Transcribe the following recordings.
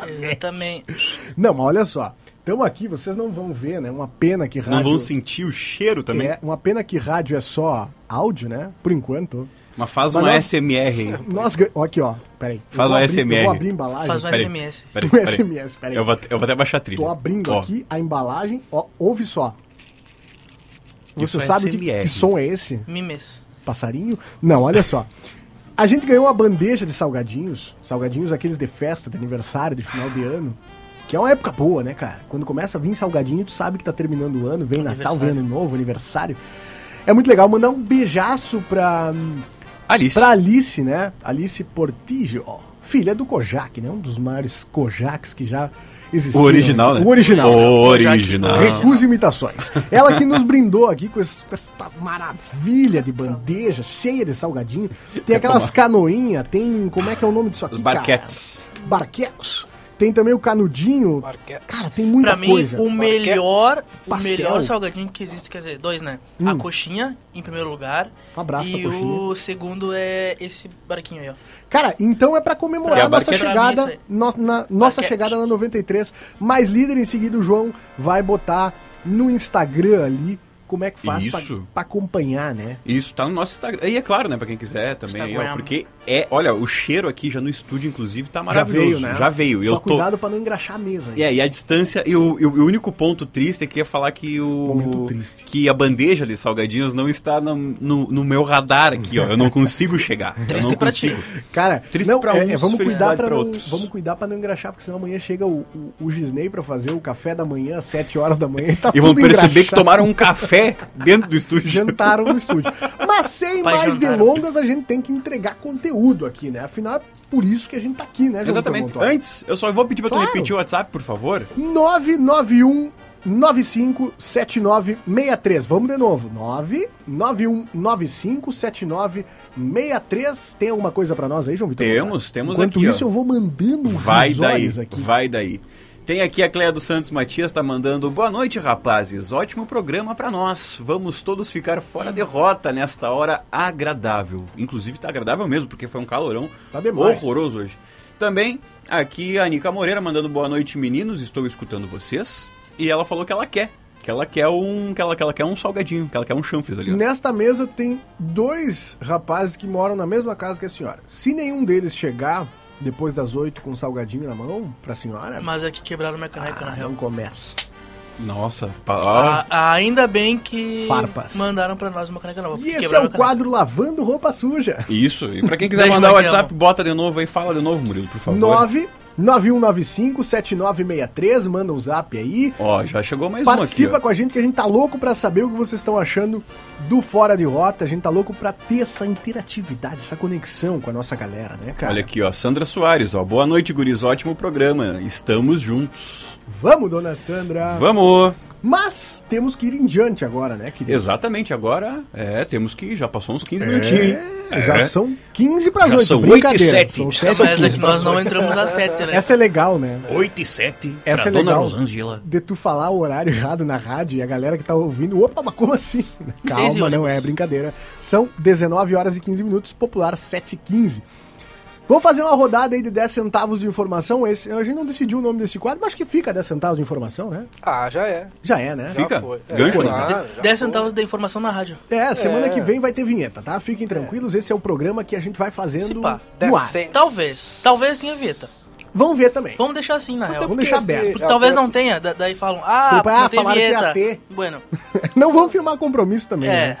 É Exatamente. Não, mas olha só. Então aqui vocês não vão ver, né? Uma pena que rádio. Não vão sentir o cheiro também. É, uma pena que rádio é só áudio, né? Por enquanto. Mas faz um Mas uma nós- um SMR aí. Nós gan- ó, Aqui, ó. Peraí. Eu Faz vou um abrir- Eu SMR. vou abrir a embalagem. Faz um Peraí. SMS. Peraí, Um peraí. SMS, peraí. Eu vou, eu vou até baixar a trilha. Tô abrindo Ó, aqui a embalagem. Ó, ouve só. Isso Você é sabe o que, SMR. que som é esse? Mimes. Passarinho? Não, olha só. A gente ganhou uma bandeja de salgadinhos. Salgadinhos aqueles de festa, de aniversário, de final de ano. Que é uma época boa, né, cara? Quando começa a vir salgadinho, tu sabe que tá terminando o ano, vem Natal, vem Aniversário. Ano Novo, aniversário. É muito legal mandar um beijaço pra, Alice. pra Alice, né? Alice Portillo, ó, filha do Kojak, né? Um dos maiores Kojaks que já O existiu. original, né? O original. O Já que- original. Recuse imitações. Ela que nos brindou aqui com, esse- com esta maravilha de bandeja cheia de salgadinho. Tem aquelas canoinhas, tem. Como é que é o nome disso aqui? Os cara? barquetes. Barquetes. Tem também o canudinho. Barquetes. Cara, tem muita pra mim, coisa. o melhor, o pastel. Hum. melhor salgadinho que existe, quer dizer, dois, né? A coxinha, em primeiro lugar. Um abraço E pra coxinha. o segundo é esse barquinho aí, ó. Cara, então é pra É, comemorar a a nossa barquete- Pra mim, chegada, isso no- na, nossa Barquete. chegada na 93. Mas líder em seguida, o João vai botar no Instagram ali como é que faz pra, Isso. pra acompanhar, né? Isso tá no nosso Instagram. E é claro, né, pra quem quiser também, aí, ó, Instagram. porque é, olha, o cheiro aqui já no estúdio inclusive tá maravilhoso. Já veio, né? E Só eu tô cuidado pra não engraxar a mesa. né? hein? É, e a distância, e o, e o- e o único ponto triste é que ia falar que Momento o. triste. Que a bandeja de salgadinhos não está na- no, no meu radar aqui, ó. Eu não consigo chegar. eu não Triste pra ti. consigo. Cara, Triste não, pra é, uns, é, vamos cuidar felicidade para pra não, outros. vamos cuidar para não engraxar, porque senão amanhã chega o, o, o Gisney para fazer o café da manhã às 7 horas da manhã e tá E vão tudo perceber que engraxado. tomaram um café dentro do estúdio. jantaram no estúdio. Mas sem Pai, mais jantaram. delongas, a gente tem que entregar conteúdo aqui, né? Afinal, é por isso que a gente tá aqui, né? João Exatamente. Tramontório? Antes, eu só vou pedir pra tu Claro. repetir o WhatsApp, por favor. 991 957963. Vamos de novo. 991 957963. Tem alguma coisa pra nós aí, João Vitor? Temos, temos Enquanto aqui, ó. isso, eu vou mandando uns Vai daí, risóis aqui. vai daí. Tem aqui a Cleia dos Santos Matias, tá mandando boa noite, rapazes. Ótimo programa pra nós. Vamos todos ficar fora derrota nesta hora agradável. Inclusive tá agradável mesmo, porque foi um calorão Tá demais. horroroso hoje. Também aqui a Nica Moreira mandando boa noite, meninos. Estou escutando vocês. E ela falou que ela quer. Que ela quer um. Que ela, que ela quer um salgadinho, que ela quer um chanfes ali. ó. Nesta mesa tem dois rapazes que moram na mesma casa que a senhora. Se nenhum deles chegar depois das oito com um salgadinho na mão pra senhora, Mas aqui quebraram minha caneca, na ah, real. não começa. Nossa, pa- ó, A- ainda bem que Farpas. mandaram pra nós uma caneca nova. E porque esse é quebraram o a caneca. quadro Lavando Roupa Suja. Isso. E pra quem quiser Beijo, mandar o Marquinhos. WhatsApp, bota de novo aí, fala de novo, Murilo, por favor. 991957963, manda um zap aí. Ó, já chegou mais um Participa aqui. ó. com a gente que a gente tá louco pra saber o que vocês estão achando do Fora de Rota. A gente tá louco pra ter essa interatividade, essa conexão com a nossa galera, né, cara? Olha aqui, ó. Sandra Soares, ó. Boa noite, guris. Ótimo programa. Estamos juntos. Vamos, dona Sandra. Vamos! Mas temos que ir em diante agora, né, querido? Exatamente, agora é, temos que ir, já passou uns 15 minutinhos. hein? É, Já É. são 15 para as Já 8, são brincadeira. 8 e 7. São Já Mas 7 ou é que 15 nós não entramos às sete, né? Essa é legal, né? 8 e 7 Essa pra é Dona legal. Rosângela. De tu falar o horário errado na rádio e a galera que tá ouvindo, opa, mas como assim? Seis e Calma, não ônibus. é brincadeira. São 19 horas e 15 minutos, popular 7 e 15. Vamos fazer uma rodada aí de 10 centavos de informação. Esse, a gente não decidiu o nome desse quadro, mas acho que fica 10 centavos de informação, né? Ah, já é. Já é, né? Fica. Já foi. Gancho, né? claro, já 10 foi. centavos então da informação na rádio. É, semana É. que vem vai ter vinheta, tá? Fiquem tranquilos, esse é o programa que a gente vai Se fazendo pá. no ar. Decentes. Talvez. Talvez tenha Vita. Vamos ver também. Vamos deixar assim, na real. Vamos deixar esse- aberto. Porque talvez não tenha, da- daí falam, ah, Desculpa, ah, não tem falaram que ia vinheta. ter. Bueno, Não vamos filmar compromisso também, é, né?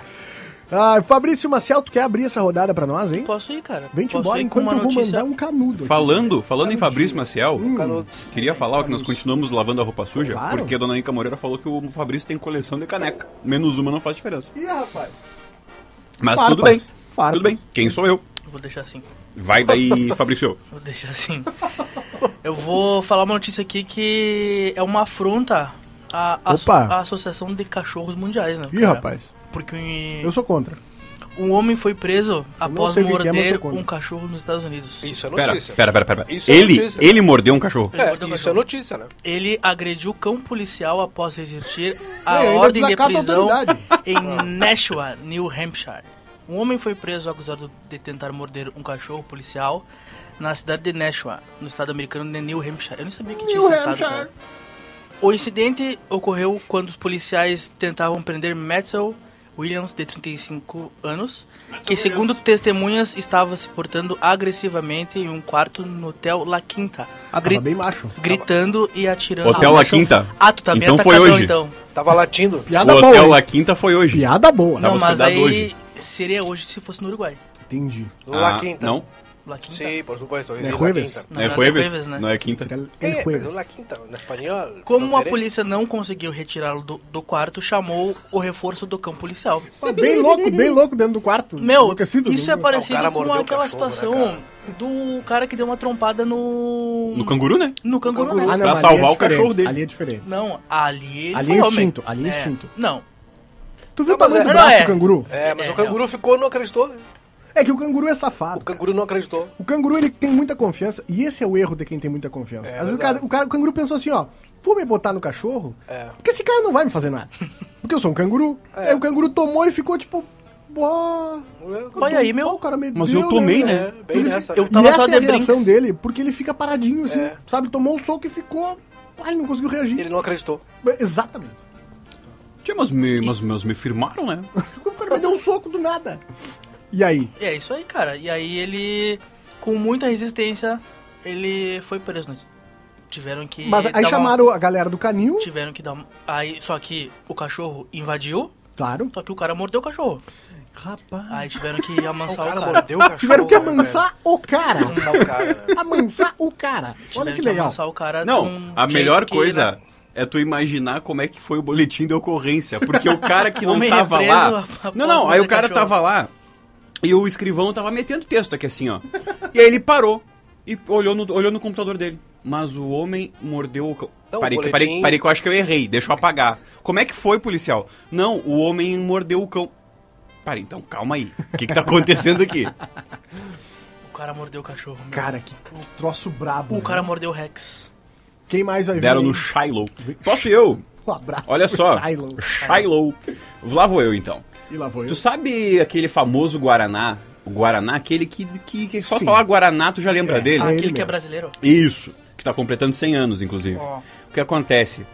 Ah, Fabrício Maciel, tu quer abrir essa rodada pra nós, hein? posso ir, cara. Vem te Posso embora ir com enquanto uma eu vou notícia- mandar um canudo. aqui. Falando, falando Hum. em Fabrício Maciel, Canudos. queria falar ó, que nós continuamos lavando a roupa suja, Claro. porque a dona Nica Moreira falou que o Fabrício tem coleção de caneca. Menos uma não faz diferença. Ih, rapaz. Mas Farpas. tudo bem. Farpas. Tudo bem. Quem sou eu? um- Eu Vou deixar assim. Vai daí, Fabrício. Vou deixar assim. Eu vou falar uma notícia aqui que é uma afronta à, à- Opa. à Associação de Cachorros Mundiais, né? Ih, cara? rapaz. Porque um, Eu sou contra. um homem foi preso após sei o que que é, mas morder sou contra. um cachorro nos Estados Unidos. Isso é Pera, notícia. pera, pera, pera. Isso é Ele, notícia. ele mordeu um cachorro. Ele mordeu o É, isso é cachorro. notícia, né? Ele agrediu cão policial após resistir É, à ainda ordem de desacata a prisão autoridade. em Nashua, New Hampshire. Um homem foi preso acusado de tentar morder um cachorro policial na cidade de Nashua, no estado americano de New Hampshire. Eu nem sabia que tinha New esse estado. Hampshire. cara. O incidente ocorreu quando os policiais tentavam prender Matthew Williams, de 35 anos, que, segundo testemunhas, estava se portando agressivamente em um quarto no Hotel La Quinta, Ah, gri- tava bem macho. gritando e atirando. Hotel Ah, La mas são- Quinta. Ah, tu tá bem Então foi atacadão, hoje. então. Tava latindo. Piada o boa. hotel hein? La Quinta foi hoje. Piada boa. Tava Não, mas hospedado aí hoje. seria hoje se fosse no Uruguai. tá. Entendi. No La Ah, Quinta. Não, La Quinta. Sí, por supuesto. De es La jueves. Quinta. No, é no, jueves, jueves, né? não é quinta. Será Eh, el pero jueves. La Quinta, né? en español. Como no a querés. polícia não conseguiu retirá-lo do, do quarto, chamou o reforço do campo policial. Mas Bem louco, bem louco dentro do quarto. Meu, enlouquecido. isso é o parecido cara com mordeu o aquela cachorro, né, situação do cara que deu uma trompada no. No canguru, né? No canguru, né? Ah, não, Pra ali salvar o diferente, cachorro dele. Ali é diferente. Não, ali. ele Ali foi é homem. instinto, ali é instinto. Não. Tu viu o Não, mas tamanho é- do não, braço é. do canguru? É, mas É, o canguru ficou, não acreditou. É que o canguru é O safado. canguru não acreditou. O canguru ele tem muita confiança e esse é o erro de quem tem muita confiança. Às vezes o, cara, É verdade. o, cara- o canguru pensou assim, ó, vou me botar no cachorro, É. porque esse cara não vai me fazer nada. Porque eu sou um canguru. É. Aí o canguru tomou e ficou tipo, "Uá, Olha aí, meu. o cara me Mas deu, eu tomei, né? É, bem Ele- nessa. eu- né? E Tava essa só é a de reação brinks. dele, porque ele fica paradinho assim, É. sabe? Tomou um soco e ficou, ah, ele não conseguiu reagir. Ele não acreditou. Exatamente. Tinha, mas me, mas, mas me firmaram, né? O cara me deu um soco do nada. E aí? É isso aí, cara. E aí ele, com muita resistência, ele foi preso. né? Tiveram que. Mas dar aí uma- chamaram a galera do canil, Tiveram que dar. uma- Aí, só que o cachorro invadiu, claro. só que o cara mordeu o cachorro. Rapaz. Aí tiveram que amansar o cara. mordeu o cachorro. Ah, Tiveram que né, amansar o cara. velho? Amansar o cara, né? Amansar o cara. Olha Tiveram que legal. amansar o cara de Não, um a jeito melhor que- coisa é tu imaginar como é que foi o boletim de ocorrência. Porque o cara que não Homem tava represo, lá. a- a Não, não, aí pobre o cara cachorro. tava lá e o escrivão tava metendo texto aqui assim, ó. E aí ele parou e olhou no, olhou no computador dele. Mas o homem mordeu o. ca- É Não, o parei, que- boletim- parei, parei que eu acho que eu errei, deixa eu apagar. Como é que foi, policial? Não, o homem mordeu o cão. Para, então calma aí. O que, que tá acontecendo aqui? O cara mordeu o cachorro. meu. Cara, que troço brabo. O né? cara mordeu o Rex. Quem mais vai Deram vir? no aí? Shiloh. Posso eu? Um abraço. Olha pro só. Shiloh. Shiloh. Lá vou eu então. E lá vou eu. Tu sabe aquele famoso Guaraná? O Guaraná, aquele que, que, que só Sim. falar Guaraná tu já lembra dele? É ele Aquele que é mesmo. brasileiro. Isso, que tá completando 100 anos, inclusive. Ó. O que acontece?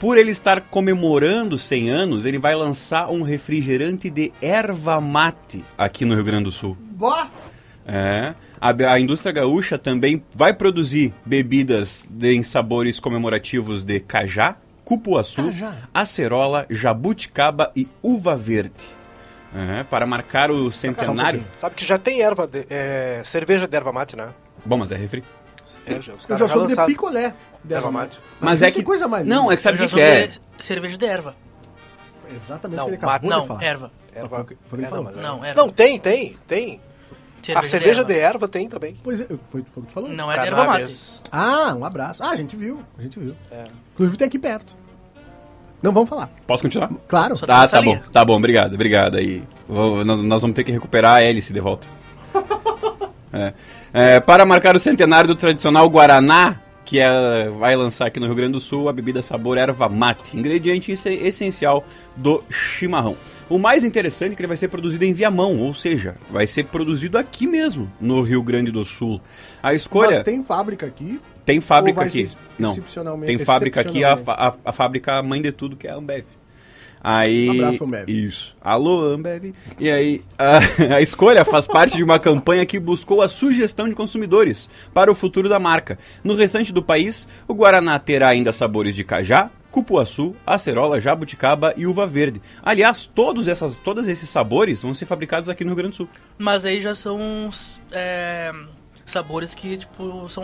Por ele estar comemorando 100 anos, ele vai lançar um refrigerante de erva mate aqui no Rio Grande do Sul. Bó. É. A, be- a indústria gaúcha também vai produzir bebidas de, em sabores comemorativos de cajá, cupuaçu, acerola, jabuticaba e uva verde. É, para marcar um o centenário. Sabe que já tem erva, de- é, cerveja de erva mate, né? Bom, mas é refri. É, já, os Eu caras já soube de lançaram. picolé. Erva mate. Mas é isso que. coisa mais linda. não, é que sabe o Eu que, já que é? soube de Cerveja de erva. Exatamente Não, o que ele acabou mate- de não, é. falar. erva. Erva... Foi o que- foi o que ele É, falou. mas Não, é- erva. Não, tem, tem, tem. a cerveja de erva tem também. Pois é, foi, foi o que tu falou. Não é de erva mate. Cannabis. Ah, um abraço. Ah, a gente viu. A gente viu. É. Inclusive tem aqui perto. Não vamos falar. Posso continuar? Claro. Só- Tá, nessa tá bom, linha. tá bom, obrigado, obrigado. Aí Vou- nó- nós vamos ter que recuperar a hélice de volta. É. É, para marcar o centenário do tradicional Guaraná, que é, vai lançar aqui no Rio Grande do Sul, a bebida sabor erva mate, ingrediente esse- essencial do chimarrão. O mais interessante é que ele vai ser produzido em Viamão, ou seja, vai ser produzido aqui mesmo, no Rio Grande do Sul. A escolha Mas tem fábrica aqui. tem fábrica Ou vai aqui. ser Não. excepcionalmente- Tem fábrica aqui, a, fa- excepcionalmente. Um a, a fábrica mãe de tudo, que é a Ambev. Aí, Abraço pra Ambev. Isso. Alô, Ambev. E aí, a, a escolha faz parte de uma campanha que buscou a sugestão de consumidores para o futuro da marca. No restante do país, o Guaraná terá ainda sabores de cajá, cupuaçu, acerola, jabuticaba e uva verde. Aliás, todos, essas, todos esses sabores vão ser fabricados aqui no Rio Grande do Sul. Mas aí já são uns, é, sabores que, tipo, são.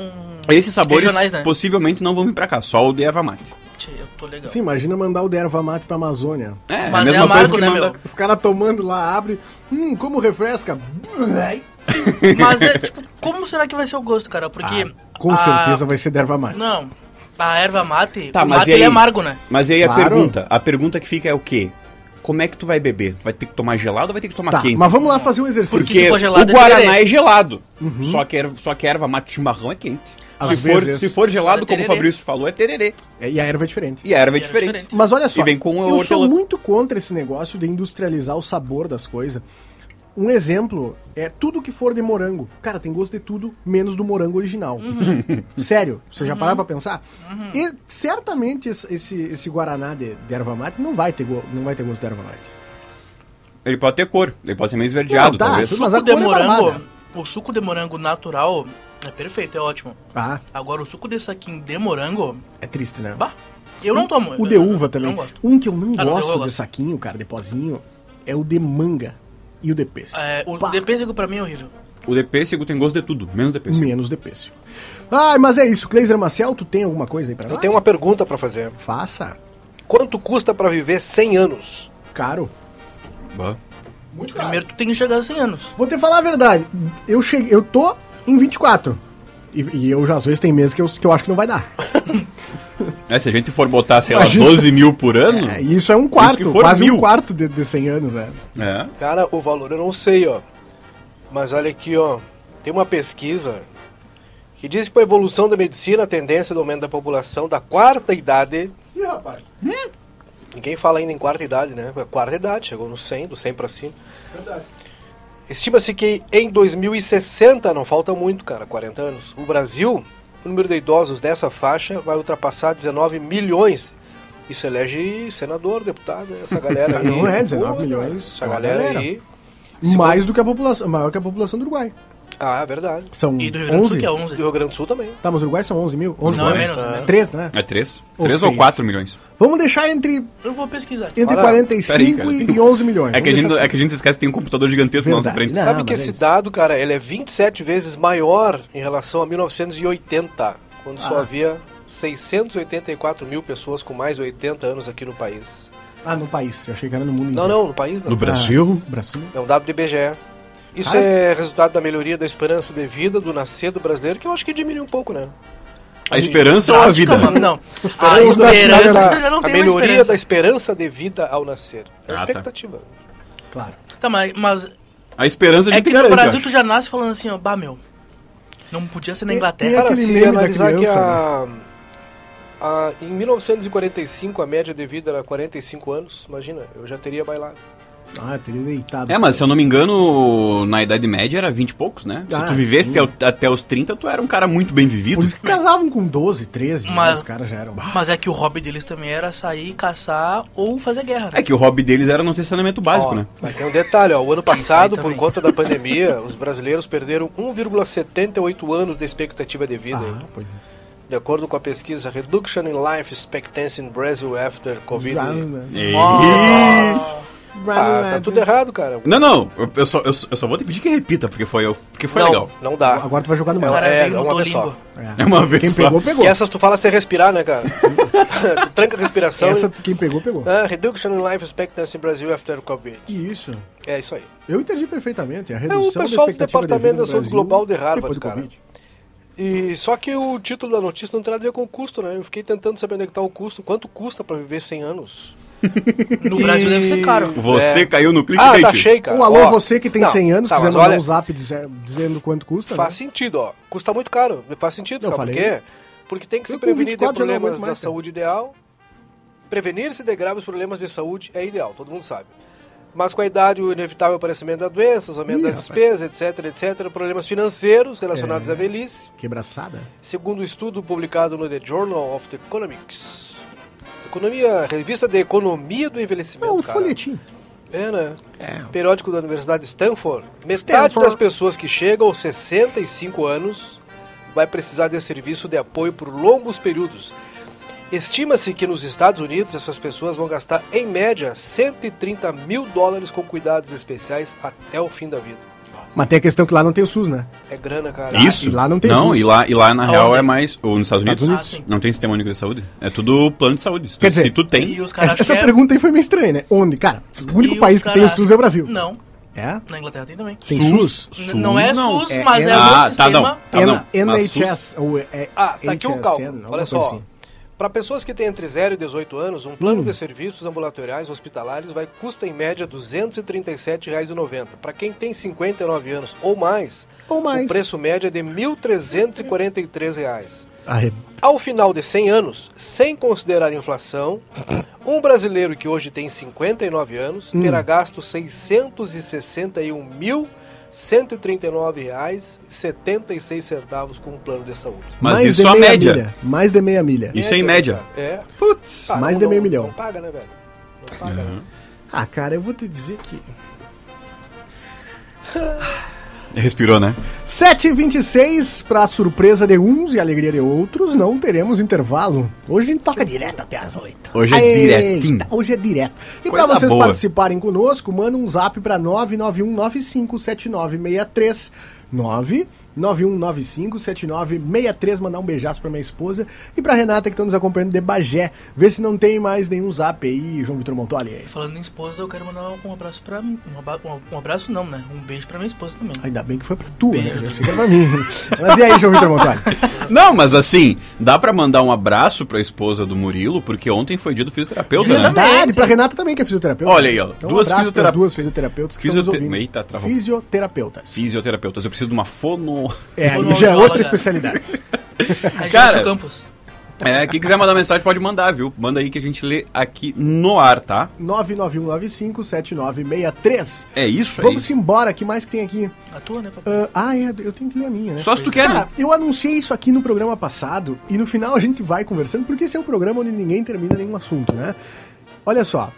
Esses sabores Regionais, né? possivelmente não vão vir pra cá, só o de erva mate. Tchê, Eu tô legal. Sim, imagina mandar o de erva mate pra Amazônia. É, Mas é amargo, né, meu? Os caras tomando lá, abre. Hum, como refresca. Mas é, tipo, como será que vai ser o gosto, cara? Porque. Ah, Com Ah, a- certeza vai ser de erva mate. Não. A erva mate, Tá, o mas mate e aí? ele é amargo, né? Mas e aí Claro. a pergunta, a pergunta que fica é o quê? Como é que tu vai beber? Tu vai ter que tomar gelado ou vai ter que tomar Tá, quente? mas vamos lá fazer um exercício. Por quê? Porque se for gelado, o é Guaraná tererê. é gelado. Só, que, er- só que a erva mate chimarrão é quente. Uhum. Às Se for, vezes. se for gelado, É como o tererê. Fabrício falou, é tererê. É, E a erva é diferente. E a erva E é era diferente. diferente. Mas olha só, E vem com o eu sou hortelã. muito contra esse negócio de industrializar o sabor das coisas. Um exemplo é tudo que for de morango. Cara, tem gosto de tudo, menos do morango original. Uhum. Sério, você já pararam pra pensar? E certamente esse, esse, esse guaraná de, de erva mate não vai, ter go- não vai ter gosto de erva mate. Ele pode ter cor, ele pode ser meio esverdeado, Não, tá, talvez. tudo O Mas suco a de cor é morango, barbada. o suco de morango natural é perfeito, é ótimo. Ah, Agora, o suco de saquinho de morango, é triste, né? bah, eu não tomo. O Eu- de uva é eu também. Não gosto. Um que eu não Ah, não, eu gosto de gosto. saquinho, cara, de pozinho, é o de manga e o de pêssego. É, o Pá, de pêssego pra mim é horrível. O de pêssego tem gosto de tudo, menos de pêssego. Menos de pêssego. Ai, mas é isso. Cleiser Maciel, tu tem alguma coisa aí pra Eu nós? tenho uma pergunta pra fazer. Faça. Quanto custa pra viver 100 anos? Caro. Bah. Muito Primeiro tu tem que chegar a 100 anos. Vou te falar a verdade. Eu cheguei, eu tô em 24. E, e eu já, às vezes, tem meses que eu, que eu acho que não vai dar. É, se a gente for botar, sei lá, Imagina. 12 mil por ano. É, e isso é um Isso quarto, que for quase mil. um quarto de, de 100 anos, né? É. Cara, o valor eu não sei, ó. Mas olha aqui, ó. Tem uma pesquisa que diz que com a evolução da medicina, a tendência do aumento da população da quarta idade. Ih, rapaz. Ninguém fala ainda em quarta idade, né? É Quarta idade, chegou no 100, do 100 pra cima. Estima-se que em 2060, não falta muito, cara, 40 anos, o Brasil, o número de idosos dessa faixa vai ultrapassar 19 milhões. Isso elege senador, deputado, essa galera aí. Não é, 19 Pô, milhões, Essa uma galera, galera. aí. Mais do que a população, maior que a população do Uruguai. Ah, é verdade. São E do Rio Grande do Sul 11? que é Do 11. Rio Grande do Sul também. Tá, mas o Uruguai são 11 mil? 11 Não, é mil, menos, é menos. 3, né? É 3? Ou 3 ou seis. 4 milhões. Vamos deixar entre, Eu vou pesquisar. aqui. entre Olha, 45 peraí, cara, e tem- 11 milhões. É que, a Vamos gente, deixar é que a gente esquece que tem um computador gigantesco na nossa Verdade. frente. Não, Sabe que mas é esse isso. dado, cara, ele é 27 vezes maior em relação a 1980, quando só Ah. havia 684 mil pessoas com mais de 80 anos aqui no assim. país. Ah, no país. Eu achei que era no mundo Não, inteiro. não, no país não. No Brasil? Ah, Brasil. É um dado do IBGE. Isso Cara. é resultado da melhoria da esperança de vida do nascido brasileiro, que eu acho que diminui um pouco, né? A esperança ou a Prática, é vida? mano, Não. A Ou da- Ah, esperança da- já não tá a tem mais melhoria esperança. da esperança de vida ao nascer. É a Ah, tá. expectativa. Claro. Tá, mas, mas A esperança a gente é que no garante, eu Brasil acho. tu já nasce falando assim, ó, bah, meu, não podia ser na E- Inglaterra. e Cara, aquele se meme da analisar que criança, a, né? a- em 1945 a média de vida era 45 anos, imagina, eu já teria bailado. Ah, teria deitado. É, mas se eu não me engano, na Idade Média era 20 e poucos, né? Se Ah, tu vivesse sim. até, até os 30, tu era um cara muito bem vivido. Por isso que casavam com 12, 13, né? Mas- os caras já Ah, eram... Mas é que o hobby deles também era sair, caçar ou fazer guerra. né? É que o hobby deles era não ter saneamento básico, Ó, né? Mas tem um detalhe, ó, o ano passado, Isso aí por também. conta da pandemia, os brasileiros perderam 1,78 anos de expectativa de vida. hein? Ah, pois é. De acoerdo com a pesquisa Reduction in Life Expectancy in Brazil After COVID. Brano, E- Ah, é, tá tudo errado, cara. Não, não, eu, eu só, eu, só- eu só vou te pedir que repita, porque foi, porque foi não, legal. não dá. Agora tu vai jogar no O mal. cara É, veio no uma vez Duolingo. só. É uma vez Quem só. pegou, pegou. Que essas tu fala sem respirar, né, cara? tu tranca a respiração. Essa, e- quem pegou, pegou. Ah, reduction in Life Expectancy in Brazil After COVID. E isso. É isso aí. Eu entendi perfeitamente. A É, o redução pessoal da do expectativa de vida Departamento no de Saúde Brasil Global de Harvard, depois do cara. Covid. E só que o título da notícia não tem nada a ver com o custo, né? Eu fiquei tentando saber onde é que tá o custo, quanto custa pra viver 100 anos. No Brasil deve ser caro. Você É. caiu no clickbait. Ah, tá cheio, cara. Ou Um alô, Ó, você que tem não, 100 anos, tá, quiser mas mandar olha, um zap dizer- dizendo quanto custa, Faz né? sentido, ó. Custa muito caro. Faz sentido, Eu sabe falei. por quê? Porque tem que Eu se com prevenir de 24 já não problemas aguento da mais, cara. saúde ideal. Prevenir-se de graves problemas de saúde é ideal, todo mundo sabe. Mas com a idade, o inevitável aparecimento da doença, os aumentos Ih, da rapaz. É. despesa, etc, etc, problemas financeiros relacionados à velhice, Quebraçada? segundo o estudo publicado no The Journal of Economics. Economia, revista de economia do É envelhecimento, um cara. folhetim. É, né? Periódico da Universidade de Stanford. Metade Stanford. das pessoas que chegam aos 65 anos vai precisar de serviço de apoio por longos períodos. Estima-se que nos Estados Unidos essas pessoas vão gastar, em média, 130 mil dólares com cuidados especiais até o fim da vida. Mas tem a questão que lá não tem o SUS, né? É grana, cara. Isso. e lá não tem Não, SUS. e lá, e lá na Aonde? real é mais. Ou nos Estados Unidos? Estados Unidos. Ah, sim. Não tem sistema único de saúde? É tudo plano de saúde. Se tu, Quer dizer, se tu tem. E os caras Essa, essa que é- pergunta aí foi meio estranha, né? Onde? Cara, o único e país os que tem o caras- SUS é o Brasil. Não, É? na Inglaterra tem também. Tem SUS? N- não é SUS, É mas é, N- o Ah, sistema. tá, não. Ah, N- mas SUS- NHS. Ou é, Ah, tá aqui o HSN, cálculo. alguma coisa Olha só. assim. Para pessoas que têm entre 0 e 18 anos, um plano de serviços ambulatoriais hospitalares vai custa em média R$ 237,90. Para quem tem 59 anos ou mais, Ou mais. o preço médio é de R$ 1.343. Arre- Ah, é. Ao final de 100 anos, sem considerar inflação, Um brasileiro que hoje tem 59 anos Hum. terá gasto R$ um 661.139,76 com o plano de saúde. Mas mais isso é de a é meia média. milha, mais de meia milha. Isso é em média. cara. É. Putz. Ah, Mais não- de meio não- milhão. Não paga, né, velho? Não paga, né? Ah, cara, eu vou te dizer que... Respirou, né? 7h26, pra surpresa de uns e alegria de outros, não teremos intervalo. Hoje a gente toca direto até as 8. Hoje é diretinho. Hoje é direto. E Coisa pra vocês boa. participarem conosco, manda um zap pra 991957963. 991957963. Mandar um beijaço pra minha esposa e pra Renata que estão nos acompanhando de Bagé. Vê se não tem mais nenhum zap aí, João Vitor Montoli. Falando em esposa, eu quero mandar um abraço pra mim. Um, aba- um- um abraço não, né? Um beijo pra minha esposa também. Ainda bem que foi pra tu, né? Eu sei que é pra mim. Mas e aí, João Vitor Montoli? Não, mas assim, dá pra mandar um abraço pra esposa do Murilo, porque ontem foi dia do fisioterapeuta, né? Verdade, pra Renata também, que é fisioterapeuta. Olha aí, ó, Então, duas um abraço pras fisiotera- duas fisioterapeutas que Fisiote- estão nos ouvindo. Eita, travou. Fisioterapeutas. Fisioterapeutas, eu preciso de uma fono... É, aí Fonoaudióloga. já é né? outra especialidade. Aí, Cara, Gilberto Campos. É, quem quiser mandar mensagem pode mandar, viu? Manda aí que a gente lê aqui no ar, tá? 991957963. É isso aí. Vamos embora, que mais que tem aqui? A tua, né, papai? Ah, ah, é, eu tenho que ler a minha, né? Só se tu Pois quer, é. né? Cara, eu anunciei isso aqui no programa passado e no final a gente vai conversando, porque esse é um programa onde ninguém termina nenhum assunto, né? Olha só.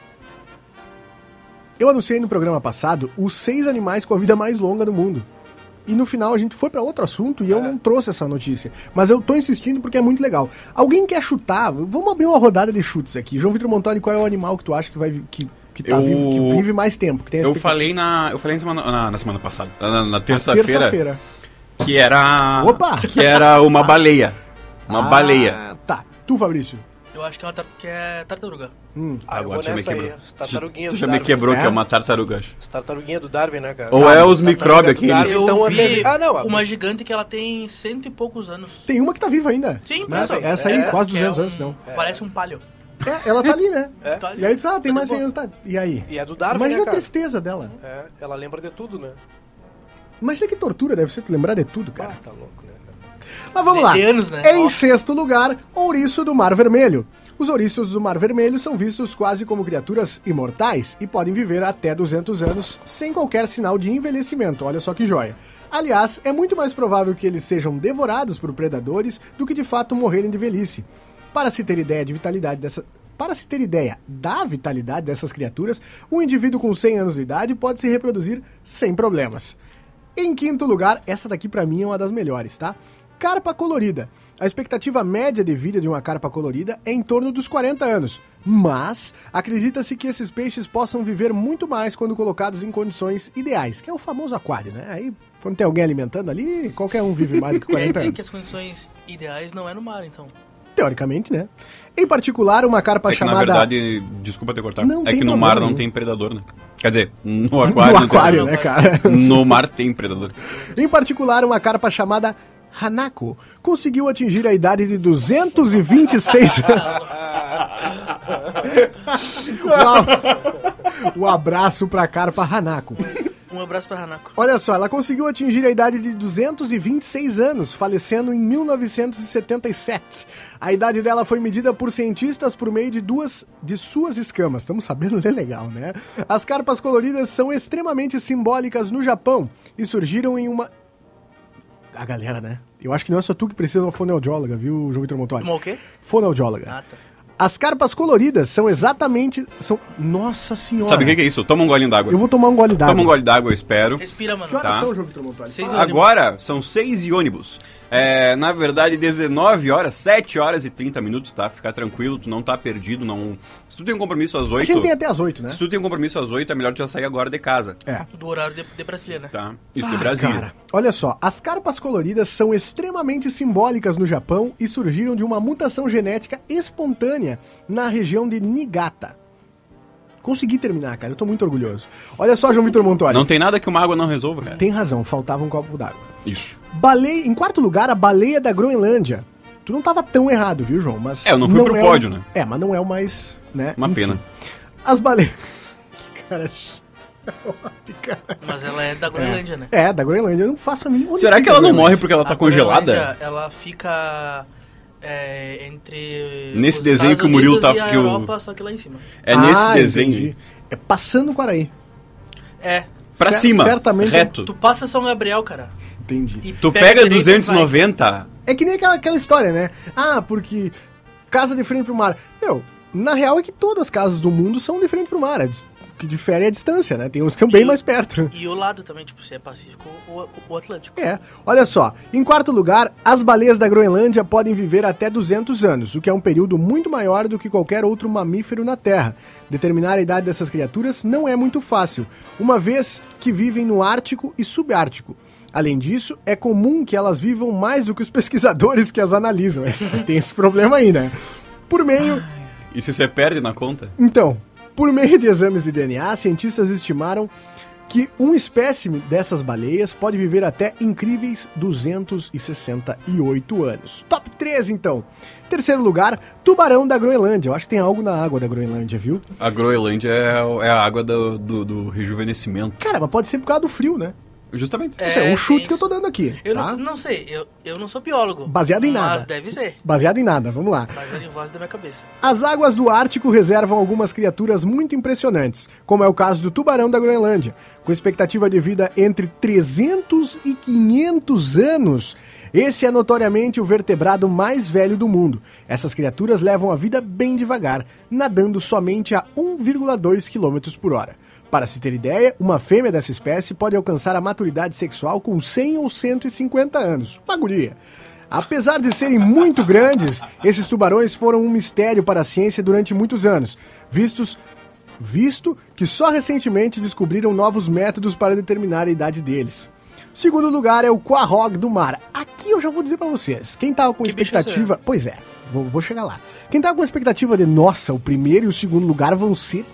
Eu anunciei no programa passado os seis animais com a vida mais longa do mundo. E no final a gente foi pra outro assunto É. e eu não trouxe essa notícia. Mas eu tô insistindo porque é muito legal. Alguém quer chutar? Vamos abrir uma rodada de chutes aqui. João Vitor Montoni, qual é o animal que tu acha que vai vi- que, que tá Eu- vivo, que vive mais tempo? Que tem a Eu expectativa? falei na. Eu falei na semana, na, na semana passada. Na, na terça-feira. terça-feira. que era. Opa! Que era uma baleia. Uma Ah, baleia. Tá. Tu, Fabrício. Eu acho que é, uma tar- que é tartaruga. Ah, eu vou nessa aí. As tartaruguinhas Tu do já me Darwin. quebrou É? que é uma tartaruga. acho. As tartaruguinhas do Darwin, né, cara? Ou é os Tartaruga micróbios do Darwin. aqueles. Eu Então, vi é- até- Ah, não. uma Uma... gigante que ela tem cento e poucos anos. Tem uma que tá viva ainda. Sim, né? pensa. Essa aí, É, quase que é 200 um- anos, não. Parece um palho. É, ela tá ali, né? Tá ali. E aí tu diz, ah, tem mais Tá 100 de anos, tá. E aí? E é do Darwin, Imagina né, a cara? tristeza dela. É, ela lembra de tudo, né? Imagina que tortura deve ser tu lembrar de tudo, Ah, cara. tá louco, né? cara? Mas vamos lá. De anos, né? Em Ó. sexto lugar, ouriço do Mar Vermelho. Os ouriços do Mar Vermelho são vistos quase como criaturas imortais e podem viver até 200 anos sem qualquer sinal de envelhecimento. Olha só que joia. Aliás, é muito mais provável que eles sejam devorados por predadores do que de fato morrerem de velhice. Para se ter ideia de vitalidade dessa para se ter ideia da vitalidade dessas criaturas, um indivíduo com 100 anos de idade pode se reproduzir sem problemas. Em quinto lugar, essa daqui pra mim é uma das melhores, tá? Carpa colorida. A expectativa média de vida de uma carpa colorida é em torno dos 40 anos, mas acredita-se que esses peixes possam viver muito mais quando colocados em condições ideais, que é o famoso aquário, né? Aí, quando tem alguém alimentando ali, qualquer um vive mais do que Quer 40 dizer anos. É, que as condições ideais não é no mar, então. Teoricamente, né? Em particular, uma carpa É que na chamada verdade, desculpa te cortar. Não é tem que no problema mar não nenhum. tem predador, né? Quer dizer, no No aquário. não tem aquário, né, cara? predador. No mar tem predador. Em particular, uma carpa chamada Hanako conseguiu atingir a idade de 226 anos. Um abraço pra carpa Hanako. Um abraço pra Hanako. Olha só, ela conseguiu atingir a idade de 226 anos, falecendo em 1977. A idade dela foi medida por cientistas por meio de duas de suas escamas. Estamos sabendo ler legal, né? As carpas coloridas são extremamente simbólicas no Japão e surgiram em uma. A galera, né? Eu acho que não é só tu que precisa de uma fonoaudióloga, viu, João Vitor Montoli? Uma o quê? Fonoaudióloga. Ah, tá. As carpas coloridas são exatamente. São. Nossa senhora! Sabe o que que é isso? Toma um golinho d'água. Eu vou tomar um gole d'água. Toma um gole d'água, eu espero. Respira, mano. Que horas Tá. são, João Vitor Montoli? Seis Fala. horas. ônibus. Agora são seis e ônibus. É, na verdade, 19 horas, 7 horas e 30 minutos, tá? Fica tranquilo, tu não tá perdido, não. Se tu tem um compromisso às A 8. gente tem até as 8, né? Se tu tem um compromisso às 8, é melhor tu já sair agora de casa. É. Ah, Do horário de, de Brasília, né? Tá? Isso do Brasil. Cara, olha só, as carpas coloridas são extremamente simbólicas no Japão e surgiram de uma mutação genética espontânea na região de Niigata. Consegui terminar, cara, eu tô muito orgulhoso. Olha só, João Vitor Montoli. Não tem nada que uma água não resolva, cara. Tem razão, faltava um copo d'água. Isso. Baleia, em quarto lugar, a baleia da Groenlândia. Tu não tava tão errado, viu, João? Mas É, eu não fui pro é pódio, o- né? É, mas não é o mais, né? Uma enfim. pena. As baleias... que cara... chato, cara. Mas ela é da Groenlândia, né? É, da Groenlândia, eu não faço a mínima... onde Será fica que ela tá a não Groenlândia? morre porque ela tá A congelada? Groenlândia, Ela fica é, entre. Nesse os desenho Estados que o Murilo Unidos tava- E a que o- Europa, só que lá em cima. É Ah, nesse desenho. entendi. É passando o Quaraí. É. Pra Cer- cima, certamente- é reto. Tu Tu, passa São Gabriel, cara. Entendi. e pega a direita e vai. 290, É que nem aquela, aquela história, né? Ah, porque casa de frente pro mar. Meu, na real é que todas as casas do mundo são de frente pro mar. É, dis- o que difere é a distância, né? Tem uns que são bem E- mais perto. E o lado também, tipo, se é Pacífico ou, ou Atlântico. É, olha só. Em quarto lugar, as baleias da Groenlândia podem viver até 200 anos, o que é um período muito maior do que qualquer outro mamífero na Terra. Determinar a idade dessas criaturas não é muito fácil, uma vez que vivem no Ártico e Subártico. Além disso, é comum que elas vivam mais do que os pesquisadores que as analisam. Esse- Tem esse problema aí, né? Por meio e se você perde na conta? então, por meio de exames de DNA, cientistas estimaram que um espécime dessas baleias pode viver até incríveis 268 anos. Top 3, então. Terceiro lugar, tubarão da Groenlândia. Eu acho que tem algo na água da Groenlândia, viu? A Groenlândia é, o- é a água do, do- do rejuvenescimento. Cara, mas pode ser por causa do frio, né? Justamente. Isso é É, um chute tem que eu tô isso. dando aqui, Eu tá? não, não sei, eu, eu não sou biólogo. Baseado em Mas nada. deve ser. Baseado em nada, vamos lá. Baseado em voz da minha cabeça. As águas do Ártico reservam algumas criaturas muito impressionantes, como é o caso do tubarão da Groenlândia. Com expectativa de vida entre 300 e 500 anos, esse é notoriamente o vertebrado mais velho do mundo. Essas criaturas levam a vida bem devagar, nadando somente a 1,2 km por hora. Para se ter ideia, uma fêmea dessa espécie pode alcançar a maturidade sexual com 100 ou 150 anos. Uma guria. Apesar de serem muito grandes, esses tubarões foram um mistério para a ciência durante muitos anos, vistos visto que só recentemente descobriram novos métodos para determinar a idade deles. Segundo lugar é o Quahog do mar. Aqui eu já vou dizer para vocês, quem tava com Que bicho expectativa, pois é, vou, vou chegar lá. Quem tava com expectativa de nossa, o primeiro e o segundo lugar vão ser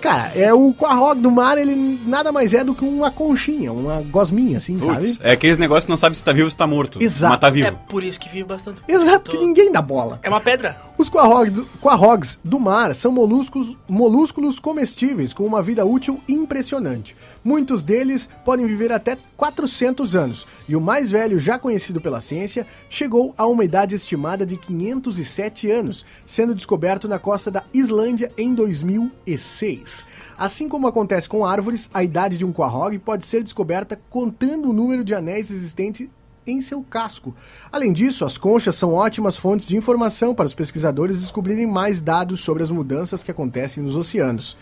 Cara, é o Quahog do mar, ele nada mais é do que uma conchinha, uma gosminha assim, sabe? Putz, é aqueles negócios que não sabe se tá vivo ou se tá morto. Exato. Mas tá É vivo. por isso que vive bastante. Exato, Tô- que ninguém dá bola. É uma pedra. Os quahog- quahogs do mar são moluscos, molúsculos comestíveis com uma vida útil impressionante. Muitos deles podem viver até 400 anos, e o mais velho já conhecido pela ciência chegou a uma idade estimada de 507 anos, sendo descoberto na costa da Islândia em 2006. Assim como acontece com árvores, a idade de um quahog pode ser descoberta contando o número de anéis existentes em seu casco. Além disso, as conchas são ótimas fontes de informação para os pesquisadores descobrirem mais dados sobre as mudanças que acontecem nos oceanos.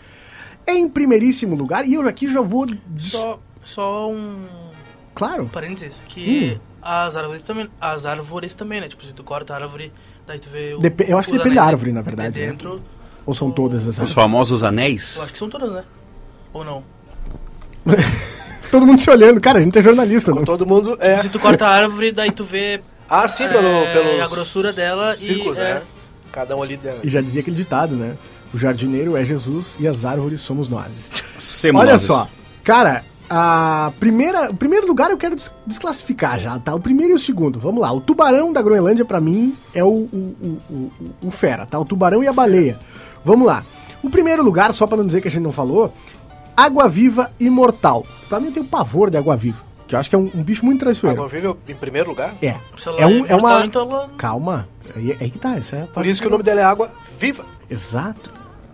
Em primeiríssimo lugar, e eu aqui já vou. des- Só, só um Claro. parênteses, Hum. que as árvores também, as árvores também, né? Tipo, se tu corta a árvore, daí tu vê o, Depe- eu acho que os depende da anéis árvore, de- na verdade, de né? dentro. Ou são todas Os essas. famosos anéis. Eu acho que são todas, né? Ou não? Todo mundo se olhando. Cara, a gente é jornalista, não? Todo mundo é. Se tu corta a árvore, daí tu vê Ah, sim, É, pelo, pelos a grossura dela e, círculos, é. né? Cada um ali dela. E já dizia aquele ditado, né? O jardineiro é Jesus e as árvores somos nós. Semanoses. Olha só, cara, a primeira, o primeiro lugar eu quero des- desclassificar já, tá? O primeiro e o segundo. Vamos lá. O tubarão da Groenlândia, pra mim, é o, o, o, o- o fera, tá? O tubarão e a baleia. Vamos lá. O primeiro lugar, só pra não dizer que a gente não falou, água viva imortal. Pra mim eu tenho pavor de água viva, que eu acho que é um, um bicho muito Água traiçoeiro. viva em primeiro lugar? É. se ela É, um, é mortal, uma. Então ela... Calma. Aí, aí que tá, essa é a Por parte- isso que o nome dela é Água Viva. Exato.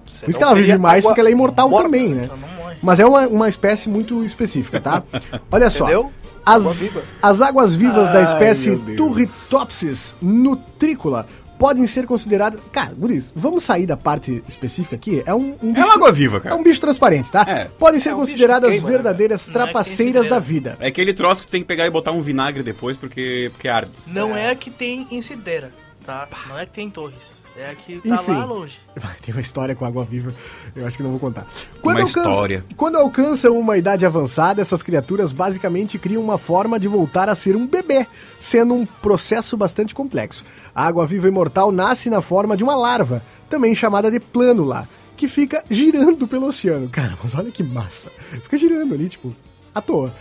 Senão Por isso que ela vive seria mais, água porque ela é imortal morta. também, né? ela não morre. Mas é uma, uma espécie muito específica, tá? Olha só. Entendeu? Água As, viva. as águas vivas da Ai, espécie meu Deus. Turritopsis nutrícola podem ser consideradas. Cara, guris, vamos sair da parte específica aqui. É um, um É uma água viva, cara. É um bicho transparente, tá? É. Podem ser É um bicho consideradas que queima, né? verdadeiras Não é que tem trapaceiras da cidreira. vida. É aquele troço que tu tem que pegar e botar um vinagre depois porque, porque arde. Não é a que tem em Cidera, tá? Não é a que tem em Torres. É a que tá Enfim. lá longe. Vai, Tem uma história com água viva, eu acho que não vou contar. Uma história. Quando alcançam uma idade avançada, essas criaturas basicamente criam uma forma de voltar a ser um bebê, sendo um processo bastante complexo. A água viva imortal nasce na forma de uma larva, também chamada de plânula, que fica girando pelo oceano. Cara, mas olha que massa. Fica girando ali, tipo, à toa.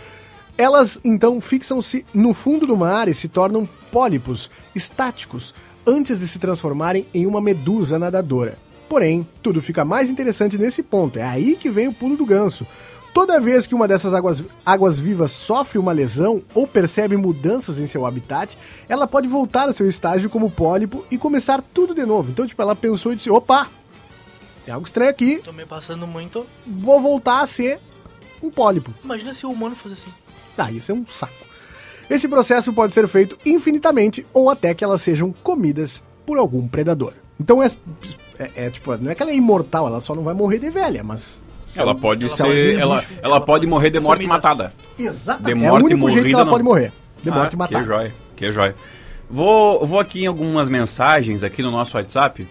Elas então fixam-se no fundo do mar e se tornam pólipos, estáticos, antes de se transformarem em uma medusa nadadora. Porém, tudo fica mais interessante nesse ponto. É aí que vem o pulo do ganso. Toda vez que uma dessas águas, águas vivas sofre uma lesão ou percebe mudanças em seu habitat, ela pode voltar ao seu estágio como pólipo e começar tudo de novo. Então, tipo, ela pensou e disse: opa, tem algo estranho aqui, Tô me passando muito. vou voltar a ser um pólipo. Imagina se o humano fosse assim. Ah, ia ser um saco. Esse processo pode ser feito infinitamente ou até que elas sejam comidas por algum predador. Então é, é, é, tipo, não é que ela é imortal, ela só não vai morrer de velha, mas. Ela pode ela ser. pode- Ela, ela pode morrer de morte matada. Exatamente. De é morte o único jeito que morrida, ela não. pode morrer. De Ah, morte matada. Que joia, que joia. Vou, vou aqui em algumas mensagens aqui no nosso WhatsApp.